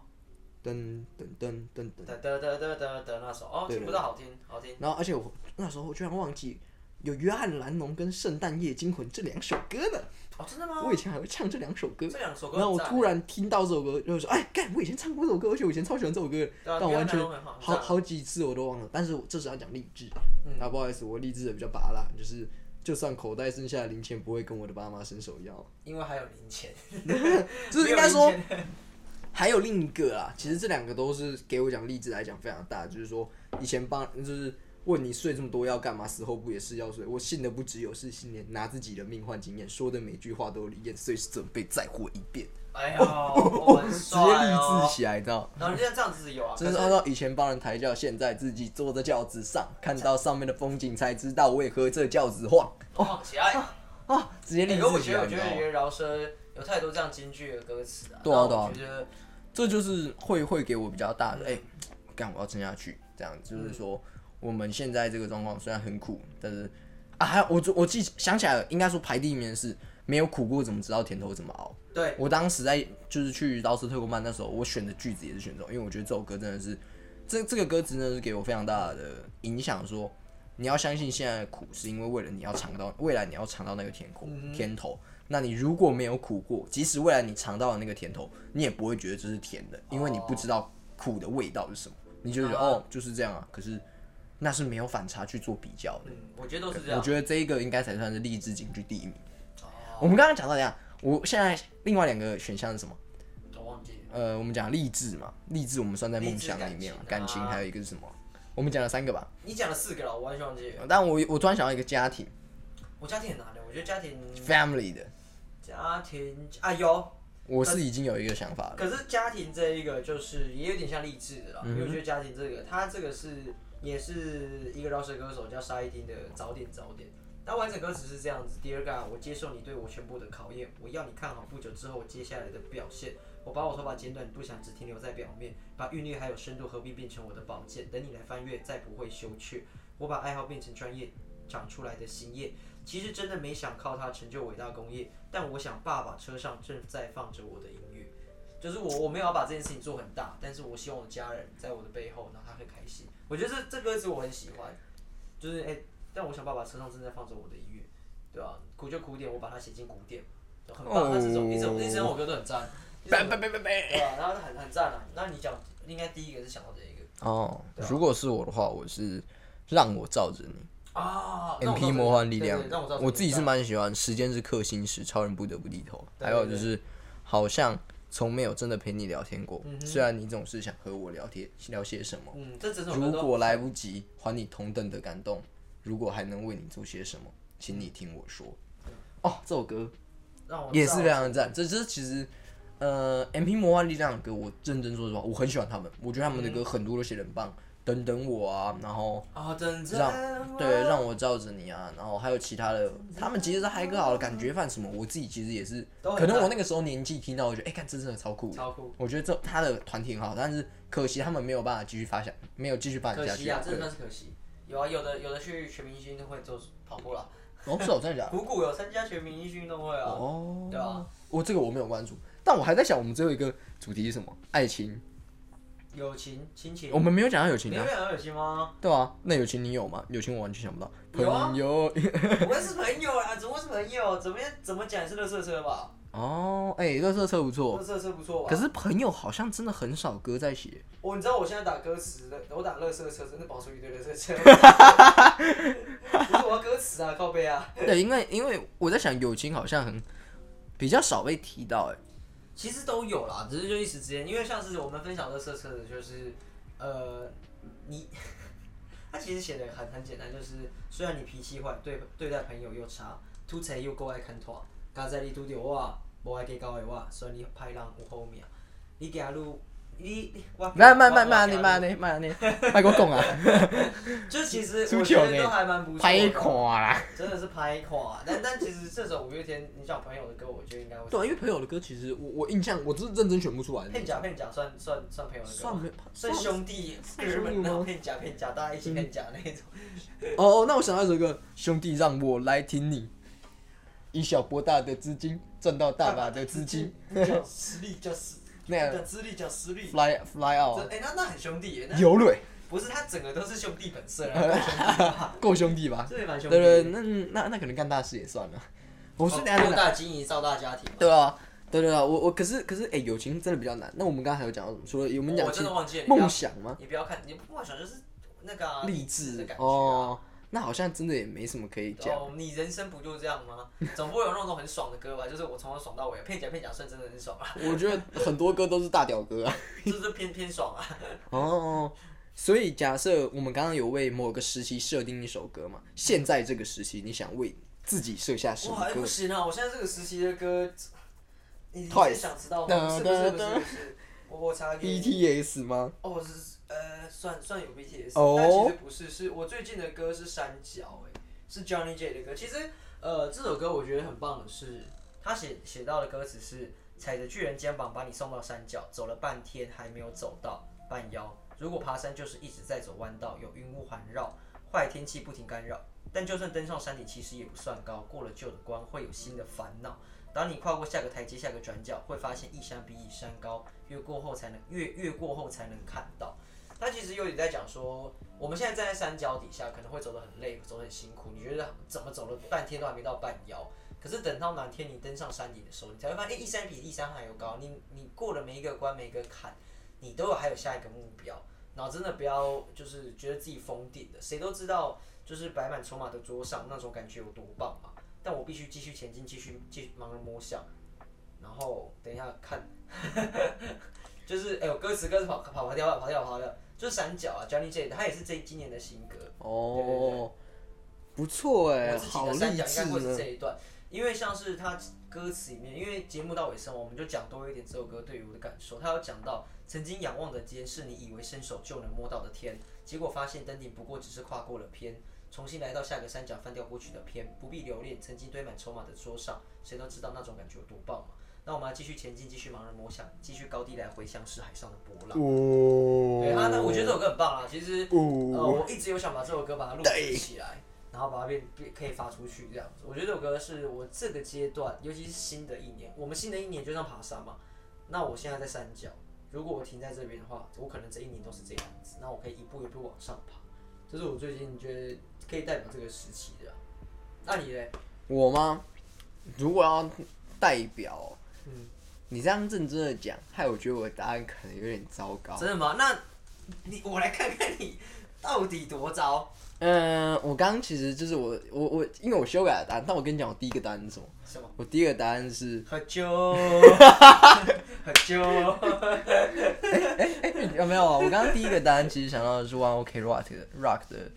S3: 噔噔噔噔
S2: 得
S3: 噔。
S2: 得得得得得那首哦，
S3: 对
S2: 听不到好听好听。
S3: 然后，而且我那时候居然忘记有约翰·兰农跟《圣诞夜惊魂》这两首歌呢。
S2: 哦，真的吗？
S3: 我以前还会唱这两首歌。
S2: 这两首歌
S3: 然后
S2: 很
S3: 我
S2: 赞欸，
S3: 突然听到这首歌，就是说，哎，干，我以前唱过这首歌，而且我以前超喜欢这首歌的，
S2: 对啊
S3: 但我完全
S2: 约翰兰农很好很
S3: 好
S2: 赞
S3: 好几次我都忘了。但是我这是要讲励志，
S2: 嗯
S3: 啊，不好意思，我励志的比较拔辣，就是就算口袋剩下的零钱，不会跟我的爸妈伸手 要。
S2: 因 为还有零钱，
S3: 就是应该
S2: 没
S3: 说
S2: 有零钱
S3: 还有另一个啦，其实这两个都是给我讲励志来讲非常大，就是说以前帮就是问你睡这么多要干嘛，死后不也是要睡？我信的不只有是信念，拿自己的命换经验，说的每句话都有理验，随时准备再活一遍，
S2: 哎呦，我很
S3: 直接
S2: 帅
S3: 励
S2: 哦
S3: 志。起来，你知道？
S2: 然后就像这样子有啊，
S3: 就是哦
S2: 可
S3: 按照以前帮人抬轿，现在自己坐在轿子上，看到上面的风景，才知道为何这轿子晃
S2: 哦，起来。
S3: 啊！直接励
S2: 欸可我
S3: 志起
S2: 觉得，
S3: 来，
S2: 我觉
S3: 你知道
S2: 得
S3: 吗？
S2: 袁饶舌有太多这样京剧的歌词啊。
S3: 对啊
S2: 那我
S3: 对
S2: 觉得
S3: 这就是会会给我比较大的，哎、干我要撑下去，这样就是说我们现在这个状况虽然很苦，但是啊，还有我昨我记想起来了，应该说排第一名的是没有苦过怎么知道甜头怎么熬。
S2: 对，
S3: 我当时在就是去饶舌特工班那时候，我选的句子也是选这种，因为我觉得这首歌真的是这这个歌词真的是给我非常大的影响，说你要相信现在的苦是因为为了你要尝到未来你要尝到那个甜苦、
S2: 嗯
S3: 甜头。那你如果没有苦过，即使未来你尝到了那个甜头，你也不会觉得这是甜的，因为你不知道苦的味道是什么，你就觉得
S2: 啊
S3: 哦就是这样啊。可是那是没有反差去做比较的。
S2: 嗯，我觉得都是这
S3: 我
S2: 样。
S3: 觉得这一个应该才算是励志警句第一名。
S2: 哦，
S3: 我们刚刚讲到怎样？我现在另外两个选项是什么？
S2: 我忘记了。
S3: 呃，我们讲励志嘛，励志我们算在梦想里面嘛
S2: 励，志
S3: 感
S2: 感情啊
S3: 情还有一个是什么？我们讲了三个吧。
S2: 你讲了四个了，我完全忘记了。
S3: 但我我突然想到一个家庭
S2: 我家庭很难的，我觉得家庭
S3: family 的，
S2: 家庭啊有，
S3: 我是已经有一个想法了。
S2: 可是家庭这一个就是也有点像励志的啦，因为我觉得家庭这个，它这个是也是一个饶舌歌手叫沙一丁的早点早点。那完整歌词是这样子：Dear 啊 God，我接受你对我全部的考验，我要你看好不久之后我接下来的表现。我把我头发剪短，不想只停留在表面，把韵律还有深度合璧变成我的宝剑，等你来翻阅，再不会羞怯。我把爱好变成专业，长出来的新叶。其实真的没想靠它成就伟大工业，但我想爸爸车上正在放着我的音乐。就是我我没有要把这件事情做很大，但是我希望我的家人在我的背后，然后他很开心。我觉得这这歌词我很喜欢，就是哎、但我想爸爸车上正在放着我的音乐，对吧、苦就苦点，我把它写进古典，就很棒。他这种一整一整首歌都很赞，一整
S3: 哦拜拜拜拜拜。
S2: 对啊，然后很很赞啊。那你讲，应该第一个是想到这一个
S3: 哦，
S2: 啊
S3: 如果是我的话，我是让我罩着你
S2: 啊。那我知道
S3: ，MP
S2: 这个
S3: 魔幻力量
S2: 对对对让我知道，这个
S3: 我自己是
S2: 赞
S3: 蛮喜欢。时间是克星时，超人不得不低头。
S2: 对
S3: 还有就是，好像从没有真的陪你聊天过，虽然你总是想和我聊天聊些什么。
S2: 嗯，这整首歌
S3: 如
S2: 都
S3: 果来不及还你同等的感动，如果还能为你做些什么，请你听我说。哦，这首歌
S2: 让我
S3: 也是
S2: 知道
S3: 非常赞。这这其实，呃，M P 魔幻力量的歌，我认真说实话，我很喜欢他们。我觉得他们的歌很多都写得很棒，等等我啊，然后
S2: 啊，等着
S3: 让
S2: 我
S3: 对让我罩着你啊，然后还有其他的，他们其实是嗨歌好了，感觉饭什么，我自己其实也是，
S2: 都很
S3: 可能
S2: 赞
S3: 我那个时候年纪听到，我觉得哎，看、这真的超酷的，
S2: 超酷
S3: 我觉得这他的团体很好，但是可惜他们没有办法继续发展，没有继续发展
S2: 可
S3: 下去
S2: 惜啊，。真
S3: 对
S2: 的算是可惜。有啊，有的有的去全明星运动会做跑步了，
S3: 哦，是哦，真的假的？
S2: 谷谷有参加全明星运动会啊，
S3: 哦，
S2: 对啊，
S3: 我这个我没有关注，但我还在想我们最后一个主题是什么？爱情。
S2: 友情、亲情，
S3: 我们没有讲到友
S2: 你
S3: 情
S2: 有
S3: 啊，
S2: 讲到友情 吗？
S3: 对啊，那友情你有吗？友情我完全想不到。
S2: 有啊
S3: 朋友
S2: 我们是朋友啊，怎么会是朋友？怎么样？怎么讲也是乐色车吧？
S3: 哦，哎，乐色车不
S2: 乐
S3: 错，
S2: 色车不错吧？
S3: 可是朋友好像真的很少歌在写。
S2: 我你知道我现在打歌词，我打乐色车，真的跑出一堆乐色 车。不是我 要歌词啊，靠背啊。
S3: 对，因为因为我在想友情好像很比较少被提到，哎，
S2: 其实都有啦，只是就一时之间，因为像是我们分享乐色车的，就是呃，你 他其实写的很很简单，就是虽然你脾气坏，对对待朋友又差，吐槽又够爱看拖，加在你拄着我，无啊爱计较的我，所以你歹人有好命。你行路，你你我
S3: 慢慢慢慢
S2: 我
S3: 你
S2: 我
S3: 慢你慢你，卖我讲啊，
S2: 就其实
S3: 出
S2: 我
S3: 糗
S2: 觉得
S3: 呢
S2: 都还蛮不错的，
S3: 拍垮啦。
S2: 真的是拍垮。但但其实这首五月天，你讲朋友的歌，我觉得应该会。
S3: 对，因为朋友的歌其实我我印象我真的认真选不出来
S2: 骗甲骗甲算算算朋友的歌吗，
S3: 算没有
S2: 算兄弟
S3: 算
S2: 哥
S3: 兄
S2: 们，
S3: 弟
S2: 然后
S3: 吗
S2: 骗甲骗甲，大家一起骗甲那一种。
S3: 哦哦，那我想到一首歌，兄弟让我来挺你，以小博大的资金赚到大把的资金
S2: 叫实力叫实，
S3: 那样
S2: 叫资历叫实力。
S3: ，fly fly
S2: 这
S3: out，
S2: 哎，那那很兄弟耶，那
S3: 有蕊
S2: 不是他整个都是兄弟本色啊，都是兄弟吧
S3: 够兄弟吧？
S2: 这也蛮
S3: 对
S2: 兄弟的。
S3: 对，对那那那可能干大事也算了。我
S2: 我
S3: 是等一下再拿
S2: 大经营造大家庭嘛。
S3: 对啊，对对啊，我我可是可是哎、友情真的比较难。那我们刚才还有讲到什么？除了我们讲
S2: 哦我真的忘记了
S3: 起
S2: 你不要
S3: 梦想吗？
S2: 你不要看，你不妄想就是那个啊
S3: 励
S2: 志的
S3: 志
S2: 感觉啊。
S3: 哦，那好像真的也没什么可以讲。
S2: 哦，你人生不就这样吗？总不会有那种很爽的歌吧？就是我从头爽到尾，配甲配甲算真的很爽啊，
S3: 我觉得很多歌都是大屌歌啊。
S2: 就是偏偏爽啊。
S3: 哦，所以假设我们刚刚有为某个时期设定一首歌嘛，现在这个时期你想为自己设下什
S2: 哇，
S3: 么
S2: 哎
S3: 歌
S2: 不？行啊！我现在这个时期的歌，你你
S3: Twice
S2: 是想知道吗？不是不是不是不是，我我查给你。
S3: BTS E 吗？
S2: 哦，是呃，算算有 BTS，、
S3: 哦
S2: 但其实不是，是我最近的歌是山脚，哎，是 Johnny J 的歌。其实呃，这首歌我觉得很棒的是，他写写到的歌词是踩着巨人肩膀把你送到山脚，走了半天还没有走到半腰。如果爬山就是一直在走弯道，有云雾环绕，坏天气不停干扰。但就算登上山顶，其实也不算高。过了旧的关，会有新的烦恼。当你跨过下个台阶、下个转角，会发现一山比一山高，越过后才能越越过后才能看到。他其实有点在讲说，我们现在站在山脚底下，可能会走得很累，走得很辛苦。你觉得怎么走了半天都还没到半腰？可是等到哪天你登上山顶的时候，你才会发现，哎一山比一山还要高。你你过了每一个关、每一个坎，你都有还有下一个目标。然后真的不要就是觉得自己封顶了，谁都知道就是摆满筹码的桌上那种感觉有多棒嘛。但我必须继续前进，继续继续盲人摸象。然后等一下看， 就是哎呦，歌词歌词跑跑跑掉了，跑掉了，跑掉了，就是闪脚啊，Johnny J，他也是这今年的新歌。对对对
S3: 哦，不错哎、
S2: 我自己
S3: 好
S2: 的
S3: 励
S2: 三角应
S3: 志
S2: 该会是
S3: 呢。
S2: 这一段，因为像是他歌词里面，因为节目到尾声，我们就讲多一点这首歌对于我的感受。他有讲到，曾经仰望的天是你以为伸手就能摸到的天，结果发现登顶不过只是跨过了偏，重新来到下个山脚翻掉过去的偏，不必留恋，曾经堆满筹码的桌上，谁都知道那种感觉有多棒嘛。那我们要继续前进，继续盲人摸象，继续高低来回，像是海上的波浪。
S3: 嗯哦
S2: 对啊，那我觉得这首歌很棒啦。其实，
S3: 哦
S2: 呃，我一直有想把这首歌把它录制起来，然后把它变变可以发出去这样子。我觉得这首歌是我这个阶段，尤其是新的一年，我们新的一年就像爬山嘛。那我现在在山脚，如果我停在这边的话，我可能这一年都是这样子。那我可以一步一步往上爬，这是我最近觉得可以代表这个时期的啊。那你嘞？
S3: 我吗？如果要代表，
S2: 嗯
S3: 你这样认真的讲，害我觉得我的答案可能有点糟糕。
S2: 真的吗？那你我来看看你到底多糟？
S3: 嗯、我刚刚其实就是我我我，因为我修改了答案，但我跟你讲，我第一个答案是什么？
S2: 什么？
S3: 我第一个答案是，
S2: 喝酒，喝酒。
S3: 哎、 有没有啊？我刚刚第一个答案其实想到的是 One OK Rock 的 Rock 的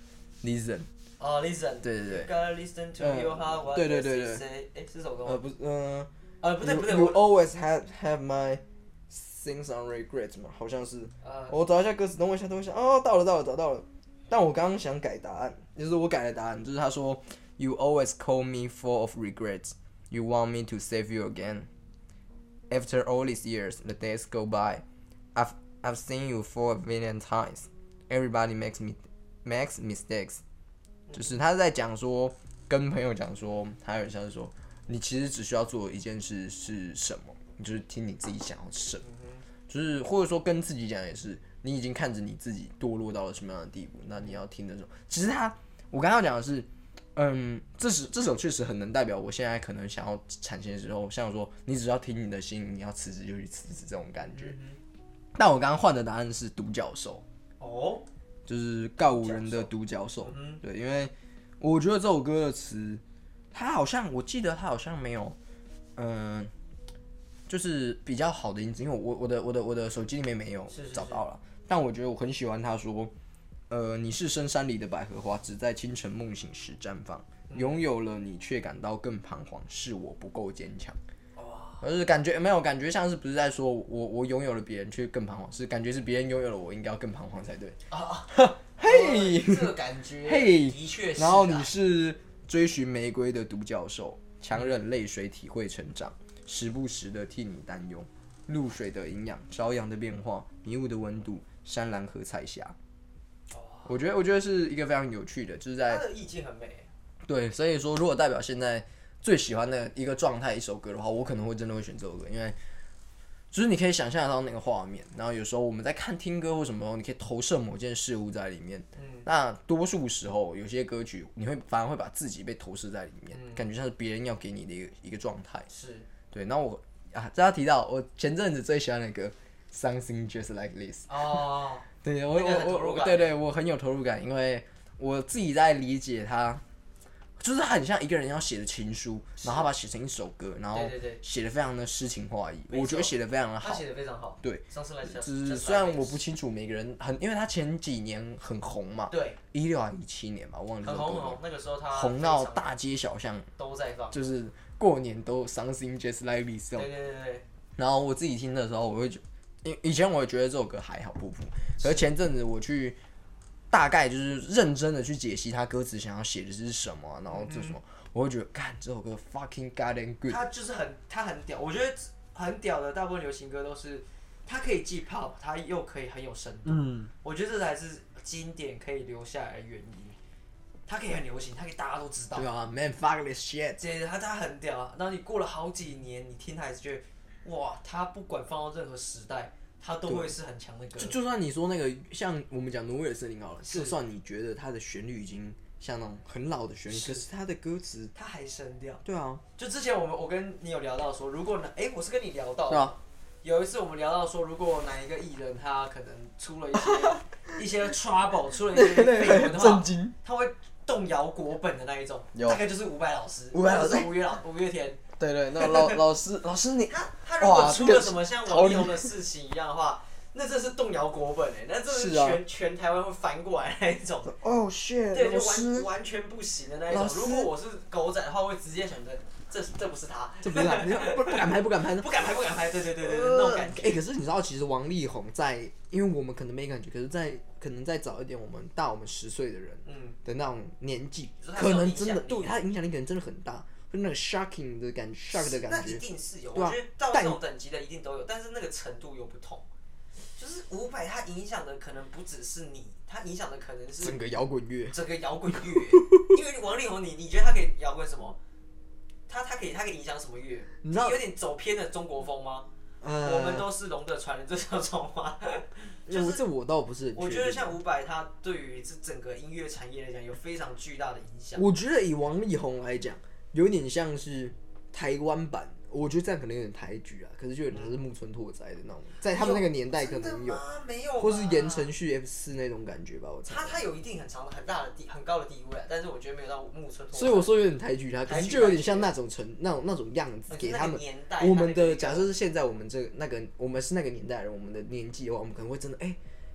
S3: Listen，
S2: 哦，listen，
S3: 对对对
S2: g o t listen to
S3: 嗯
S2: your heart，what
S3: 对对
S2: does
S3: 对
S2: it
S3: 对
S2: say？哎，是这首歌
S3: 呃
S2: 吗？
S3: 不哦是嗯，
S2: 呃，不对不对，
S3: ，You
S2: 我
S3: always have have my things on regret 嘛，好像是。
S2: 呃，
S3: 我找一下歌词，等我一下，等我一下。哦，到了，到了，找到了。但我刚刚想改答案，就是我改了答案，就是他说，You always call me full of regrets. You want me to save you again. After all these years, the days go by. I've I've seen you for a million times. Everybody makes me makes mistakes. 就是他在讲说，跟朋友讲说，他有点像是说，你其实只需要做一件事是什么，你就是听你自己想要什么。就是或者说跟自己讲也是，你已经看着你自己堕落到了什么样的地步，那你要听那种。其实他，我刚刚讲的是，嗯，这是这首确实很能代表我现在可能想要产生的时候，像说你只要听你的心，你要辞职就去辞职这种感觉。但我刚刚换的答案是独角兽。
S2: 哦，
S3: 就是告五人的独角兽。
S2: 嗯
S3: 对，因为我觉得这首歌的词，它好像我记得它好像没有，嗯、就是比较好的音质，因为我我的我的我的手机里面没有
S2: 是是是
S3: 找到了，但我觉得我很喜欢他说，呃，你是深山里的百合花，只在清晨梦醒时绽放，
S2: 嗯
S3: 拥有了你却感到更彷徨，是我不够坚强。而是感觉没有感觉，像是不是在说我我拥有了别人却更彷徨，是感觉是别人拥有了我应该要更彷徨才对。
S2: 嘿，啊哦这个感觉，
S3: 嘿
S2: 的确是啊。
S3: 然后你是追寻玫瑰的独角兽，强忍泪水体会成长，时不时的替你担忧。露水的营养，朝阳的变化，迷雾的温度，山岚和彩霞。我觉得，我觉得是一个非常有趣的，就是在
S2: 他的意境很美，
S3: 对，所以说如果代表现在最喜欢的一个状态一首歌的话，我可能会真的会选这首歌，因为就是你可以想象得到那个画面，然后有时候我们在看听歌或什么时候，你可以投射某件事物在里面。那多数时候有些歌曲你会反而会把自己被投射在里面，感觉像是别人要给你的一个一个状态。
S2: 是
S3: 对，那我啊，大家提到我前阵子最喜欢的歌《Something Just Like This》。
S2: 哦，
S3: 对我
S2: 那个很投
S3: 我
S2: 入
S3: 我
S2: 感
S3: 对对，我很有投入感，因为我自己在理解他，就是他很像一个人要写的情书，然后他把它写成一首歌，然后
S2: 对对对
S3: 写的非常的诗情画意，
S2: 没
S3: 我觉
S2: 错
S3: 得写的非常的
S2: 他
S3: 好。
S2: 写的非常好。
S3: 对，
S2: 上次来讲，
S3: 只是
S2: 上次
S3: 虽然
S2: 来
S3: 我不清楚每个人很，因为他前几年很红嘛，
S2: 对，
S3: 一六还一七年吧，我忘了这
S2: 很
S3: 首
S2: 红
S3: 歌
S2: 很
S3: 了
S2: 红，那个时候他
S3: 红到
S2: 非常
S3: 大街小巷，
S2: 都在放。
S3: 就是过年都 something just like this 这种
S2: 对对对对，
S3: 然后我自己听的时候，我会觉，以以前我也觉得这首歌还好不普，可是前阵子我去大概就是认真的去解析他歌词想要写的是什么啊，然后这什么，我会觉得，干这首歌 fucking goddamn good，
S2: 他就是很他很屌，我觉得很屌的大部分流行歌都是，它可以既 pop，它又可以很有深度。嗯，我觉得这才是经典可以留下来的原因。它可以很流行，它可以大家都知道。
S3: 对啊，man fuck this shit，
S2: 这他他很屌啊！然后你过了好几年，你听他还是觉得，哇，他不管放到任何时代，他都会是很强的歌
S3: 就。就算你说那个像我们讲挪威的森林好了，就算你觉得它的旋律已经像那种很老的旋律，可是它的歌词，
S2: 他还声调。
S3: 对啊，
S2: 就之前我们我跟你有聊到说，如果哪哎、我是跟你聊到
S3: 对啊，
S2: 有一次我们聊到说，如果哪一个艺人他可能出了一些 一些 trouble，出了一些绯闻的话，
S3: 经，
S2: 他会动摇国本的那一种，
S3: 有
S2: 大概就是伍佰老师，
S3: 伍佰老
S2: 或
S3: 师
S2: 者是五月老五月天，
S3: 对对，那老老师老师你
S2: 他他如果
S3: 哇
S2: 出
S3: 这个
S2: 了什么像
S3: 逃
S2: 王
S3: 离
S2: 力宏的事情一样的话，那真是动摇国本哎、那真的是
S3: 是啊
S2: 全全台湾会翻过来那一种，
S3: 哦 shit，
S2: 对，
S3: 老
S2: 就
S3: 师
S2: 完。完全不行的那一
S3: 老
S2: 种。
S3: 师
S2: 如果我是狗仔的话，会直接选择这这不是他，
S3: 这不是啊，你看不不敢拍，不敢拍，
S2: 不敢拍，不敢拍，对对对对，对
S3: 呃
S2: 那种感觉。
S3: 哎、可是你知道，其实王力宏在，因为我们可能没感觉，可是在可能再早一点，我们大我们十岁的人
S2: 嗯，
S3: 的那种年纪
S2: 就是，他
S3: 可
S2: 有
S3: 能
S2: 影
S3: 真
S2: 响
S3: 的
S2: 力啊
S3: 对他影响力可能真的很大，就那个 shocking 的感觉，shock 的
S2: 那
S3: 感
S2: 一
S3: 觉。
S2: 定是有，
S3: 对啊
S2: 我觉得到
S3: 但
S2: 这种等级的一定都有，但是那个程度有不同。就是伍佰，他影响的可能不只是你，他影响的可能是
S3: 整个摇滚乐，
S2: 整个摇滚乐。 因为王力宏，你你觉得他可以摇滚什么？他他可以他可以影响什么乐？
S3: 你知道
S2: 有点走偏了中国风吗？
S3: 呃，
S2: 我们都是龙的传人，这叫中 华。就是
S3: 我这我倒不是很
S2: 我
S3: 确
S2: 觉得
S3: 定
S2: 像伍佰，他对于这整个音乐产业来讲有非常巨大的影响。
S3: 我觉得以王力宏来讲，有点像是台湾版，我觉得这样可能有点抬举啊，可是就有点像是木村拓哉的那种，在他们那个年代可能有
S2: 真，的吗没有吧，
S3: 或是言承旭 F 四那种感觉吧，我猜。
S2: 他他有一定很长很大的地很高的地位啊，但是我觉得没有到木村拓哉。
S3: 所以我说有点抬举他，可
S2: 抬
S3: 是
S2: 举
S3: 就有点像那种成那种那种样子
S2: 呃
S3: 给他
S2: 那
S3: 们
S2: 个年代。
S3: 我们
S2: 那
S3: 的
S2: 个
S3: 假设是现在我们这个那个我们是那个年代人，我们的年纪的话，我们可能会真的哎，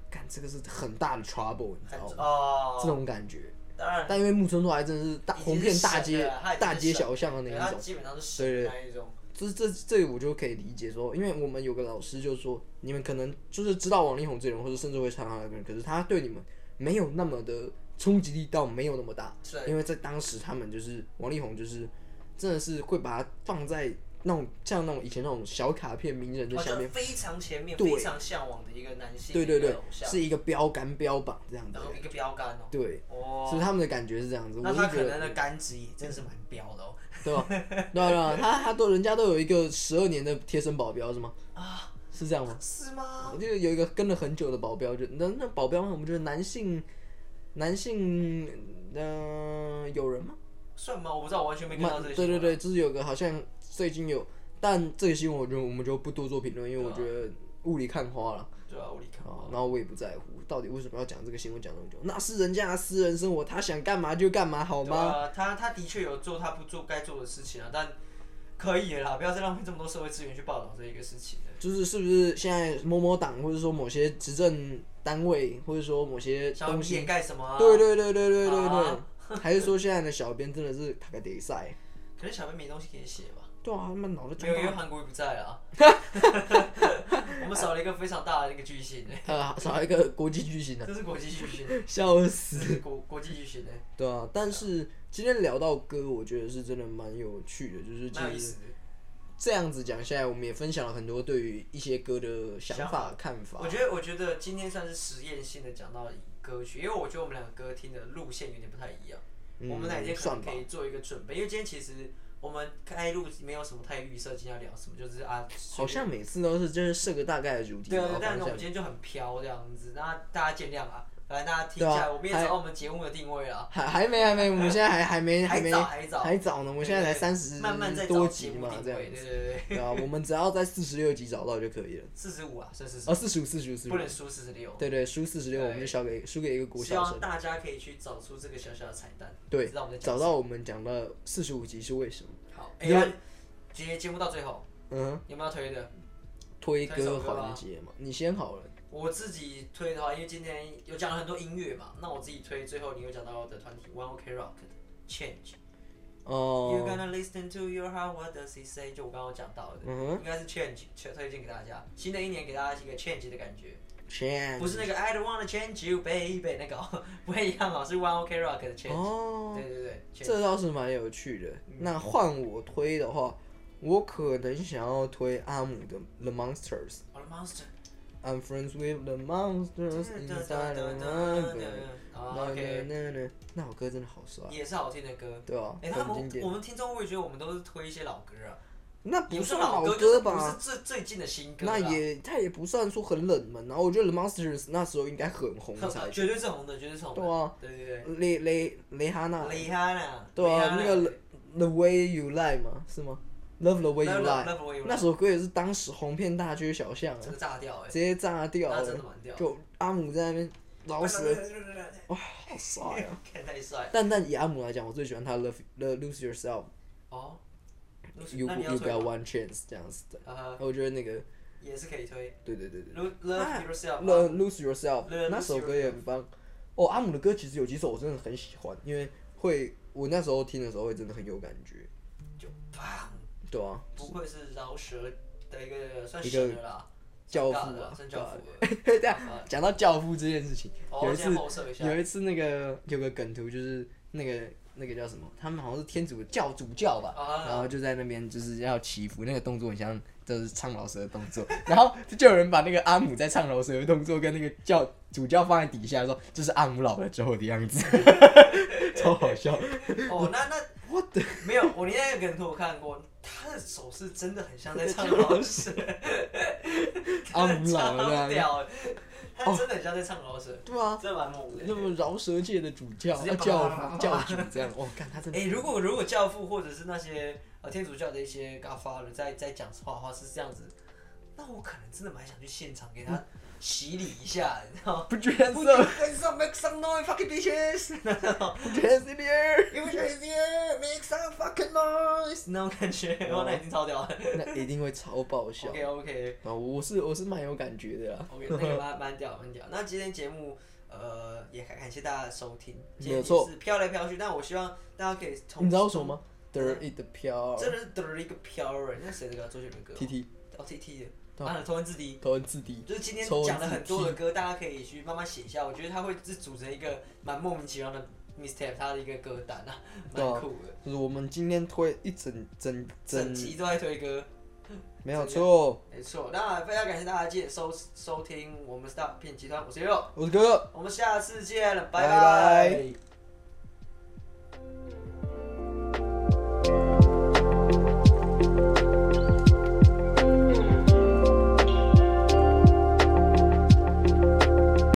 S3: 干这个是很大的 trouble，你知
S2: 很
S3: 道吗？
S2: 哦，
S3: 这种感觉。
S2: 当然
S3: 但因为木村拓哉真的是大
S2: 已经
S3: 红遍大
S2: 是神
S3: 街
S2: 了啊他已经
S3: 大
S2: 是
S3: 街
S2: 神
S3: 小巷的
S2: 对啊
S3: 那
S2: 他
S3: 一种，
S2: 基本上是神
S3: 对对
S2: 那一种，
S3: 这这这我就可以理解说，因为我们有个老师就说，你们可能就是知道王力宏这个人，或者甚至会唱他的歌，可是他对你们没有那么的冲击力到没有那么大，
S2: 是
S3: 因为在当时他们就是王力宏，就是真的是会把它放在那种像那种以前那种小卡片名人的
S2: 哦
S3: 下
S2: 就
S3: 面，
S2: 非常前面、
S3: 对
S2: 非常向往的一个男性，
S3: 对对对
S2: 偶，像，
S3: 是一个标杆标榜这样子
S2: 然，后一个标杆哦，
S3: 对，
S2: 哦，
S3: 所以他们的感觉是这样子，我
S2: 那
S3: 是
S2: 他
S3: 觉
S2: 可
S3: 得
S2: 能的杆子也真是蛮标的哦，
S3: 对吧？对啊对啊，他他都人家都有一个十二年的贴身保镖是吗？
S2: 啊，哦
S3: 是这样吗？
S2: 是吗？
S3: 我就有一个跟了很久的保镖，就那那保镖嘛，我们就是男性男性嗯友人吗？
S2: 算吗？我不知道，我完全没看到
S3: 蛮
S2: 这个。啊
S3: 对对，对，就是有个好像最近有，但这个新闻我就我们就不多做评论，因为我
S2: 啊
S3: 觉得雾里看花了。
S2: 对啊，我离开了。
S3: 然后我也不在乎，到底为什么要讲这个新闻讲那么久？那是人家的私人生活，他想干嘛就干嘛，好
S2: 对
S3: 吗？
S2: 啊，他他的确有做他不做该做的事情啊，但可以了啦，不要再浪费这么多社会资源去报道这一个事情了。
S3: 就是是不是现在某某党，或者说某些执政单位，或者说某些
S2: 想要
S3: 东
S2: 掩
S3: 西，
S2: 盖什么、啊？
S3: 对对对对对对
S2: 啊
S3: 对，还是说现在的小编真的是他个得赛？
S2: 可是小妹没东西可以写吧？
S3: 对啊，他们脑袋
S2: 没有，因为
S3: 装
S2: 韩国瑜不在 啊。我们少了一个非常大的一个巨星呢、
S3: 呃，少一个国际巨 星啊，
S2: 这是国际巨星，
S3: 笑
S2: 这
S3: 死。
S2: 是国国际巨星欸呢、
S3: 对啊，但是今天聊到歌，我觉得是真的蛮有趣的，就是
S2: 蛮有
S3: 其
S2: 意
S3: 实
S2: 思的。
S3: 这样子讲下来，我们也分享了很多对于一些歌的想
S2: 想
S3: 法
S2: 法、
S3: 看法
S2: 我。觉得，我觉得今天算是实验性的讲到歌曲，因为我觉得我们两个歌听的路线有点不太一样。
S3: 嗯
S2: 我们哪天可
S3: 算
S2: 能
S3: 吧
S2: 可以做一个准备，因为今天其实我们开录没有什么太预设今天要聊什么，就是啊，
S3: 好像每次都是就是设个大概的主题，
S2: 对
S3: 然
S2: 啊，
S3: 后
S2: 对但
S3: 方
S2: 是我们
S3: 向。
S2: 今天就很飘这样子，那大家见谅啊，反正大家听
S3: 对啊
S2: 一下，我们也找
S3: 还
S2: 到我们节目的定位啊了，
S3: 还还没还没，我们现在还还没
S2: 还
S3: 没
S2: 早还早
S3: 还早呢，我们现在才
S2: 对
S3: 三十
S2: 慢慢再找
S3: 多
S2: 节
S3: 集
S2: 目
S3: 嘛
S2: 定，
S3: 这样
S2: 位，对对
S3: 子。
S2: 对，
S3: 对啊，我们只要在四十六集找到就可 以了。
S2: 四十五啊，算四十
S3: 哦，，四十五，四十五，四十
S2: 不
S3: 五
S2: 能。输四十六，
S3: 对对，输四十六，
S2: 对
S3: 我们就输给输给一个国
S2: 希
S3: 小
S2: 望
S3: 生。
S2: 大家可以去找出这个小小的彩蛋，
S3: 对
S2: 知道我们在
S3: 找
S2: 讲
S3: 到我们讲的四十五集是为什么？
S2: 好，哎
S3: 因为
S2: 呀，今天节目到最后
S3: 嗯，
S2: 有没有推的？
S3: 推
S2: 推
S3: 歌
S2: 首歌吧
S3: 环节嘛，你先好了。
S2: 我自己推的话，因为今天有讲了很多音乐嘛，那我自己推最后你有讲到的团体 One Ok Rock 的 Change。You
S3: 哦，
S2: gonna listen to your heart, what does it say？就我刚刚讲到的，
S3: 嗯哼
S2: 应该是 Change 推推荐给大家。新的一年给大家一个 Change 的感觉，
S3: ，Chan，
S2: 不是那个 I don't wanna change you, baby 那个、哦、不太一样哦，是 One Ok Rock 的 Change。
S3: 哦
S2: 对，对对，Change。嗯
S3: 这倒是蛮有趣的。那换我推的话，我可能想要推阿姆的《The Monsters》。
S2: 我的 Monster。
S3: I'm friends with the monsters
S2: 嗯
S3: inside the heaven。
S2: 啊 OK，
S3: 那那首歌真的好帅，
S2: 也是好听的歌。
S3: 对啊，
S2: 哎，他
S3: 很经
S2: 们我
S3: 典。
S2: 们听众会觉得我们都是推一些老歌啊，
S3: 那
S2: 也
S3: 不
S2: 不是
S3: 算
S2: 老
S3: 老
S2: 歌
S3: 歌
S2: 就是
S3: 吧
S2: 不？是最最近的新歌啦，
S3: 那也，它也不算说很冷门。然后我觉得《The Monsters》那时候应该很红
S2: 很
S3: 才
S2: 绝对是红的，绝对是红的。
S3: 对啊
S2: 对对对，
S3: 雷雷雷哈娜，
S2: 雷哈娜，
S3: 对啊，
S2: 蕾哈娜
S3: 那个 The Way You Lie 嘛，是吗？Love the way you
S2: Love-
S3: lie，
S2: Love the way you lie
S3: 那首歌也是当时红遍大街小巷啊，
S2: 这个炸掉哎
S3: 直，接炸掉
S2: 那
S3: 了
S2: 真的蛮屌，
S3: 就阿姆在那边老
S2: 哎
S3: 死了，
S2: 了，
S3: 哇，好帅啊！
S2: 看太帅
S3: 但但以阿姆来讲，我最喜欢他 Love The Lose Yourself
S2: 哦。那
S3: You
S2: 那你要
S3: You
S2: 推
S3: Got
S2: 吗
S3: One Chance 这样子的，
S2: 呃，
S3: 我觉得那个
S2: 也是可以推。
S3: 对对对对
S2: Lo-
S3: 啊
S2: Love yourself，
S3: ，The
S2: 吧
S3: Lose Yourself
S2: The
S3: 那
S2: Lose
S3: 首歌也很棒。哦，阿姆的歌其实有几首我真的很喜欢，因为会我那时候听的时候会真的很有感觉，
S2: 就砰，
S3: 对啊，
S2: 不愧是饶舌的一个算
S3: 一个
S2: 神了啦，
S3: 教
S2: 算大
S3: 父
S2: 的
S3: 啊
S2: 啦，算教父了。
S3: 对 啊，讲到教父这件事情，
S2: 哦
S3: 有一
S2: 先
S3: 次
S2: 后撤一下
S3: 有一次那个有个梗图，就是那个那个叫什么，他们好像是天主教主教吧，
S2: 啊
S3: 然后就在那边就是要祈福，那个动作很像就是唱老舌的动作， 然后就有人把那个阿姆在唱老舌的动作跟那个教主教放在底下说，这是阿姆老了之后的样子， 超好笑。
S2: 哦，那那
S3: 我的
S2: 没有，我连那个梗图我看过，他的手势真的很像在唱饶 舌，
S3: 阿姆老
S2: 超
S3: 了这样，
S2: 屌的，他真的很像在唱饶舌，
S3: 对啊，
S2: 真的蛮猛的。
S3: 那么饶舌界的主教呃
S2: 直接啪
S3: 教
S2: 啪啪
S3: 父教
S2: 啪
S3: 主这样，哇，看他真 的
S2: 哎、如果如果教父或者是那些呃天主教的一些 Godfather 在在讲话的话是这样子，那我可能真的蛮想去现场给他洗礼一下，你知道吗？
S3: 不觉得
S2: 不
S3: 热
S2: make some make some noise fucking bitches，
S3: 不觉得是你儿。
S2: you crazy make some fucking noise 那种感觉， 哇，那已经超屌了。
S3: 那一定会超爆笑
S2: OK OK
S3: 啊！我是我是蛮有感觉的啊啦。
S2: OK，那个蛮蛮屌蛮屌。那今天节目。呃，也感感谢大家的收听，今天
S3: 没错
S2: 也是飘来飘去，但我希望大家可以从
S3: 你知道为什么吗？得意的飘
S2: 真的是得了一个飘儿，那谁的歌？周杰伦的歌吗
S3: ，T T
S2: 哦，T T 的，
S3: 对
S2: 完了，头文字 D，
S3: 头文字 D，
S2: 就是今天
S3: 头文字
S2: 讲了很多的歌，大家可以去慢慢写一下。我觉得他会是组成一个蛮莫名其妙的 mistake，他的一个歌单啊，
S3: 对啊
S2: 蛮酷的。
S3: 就是我们今天推一整整
S2: 整
S3: 整，
S2: 集都在推歌，
S3: 没有错。
S2: 没错。那非常感谢大家记得收收听我们 Star 片集团，我是 Yo，
S3: 我的哥，
S2: 我们下次见了，拜
S3: 拜拜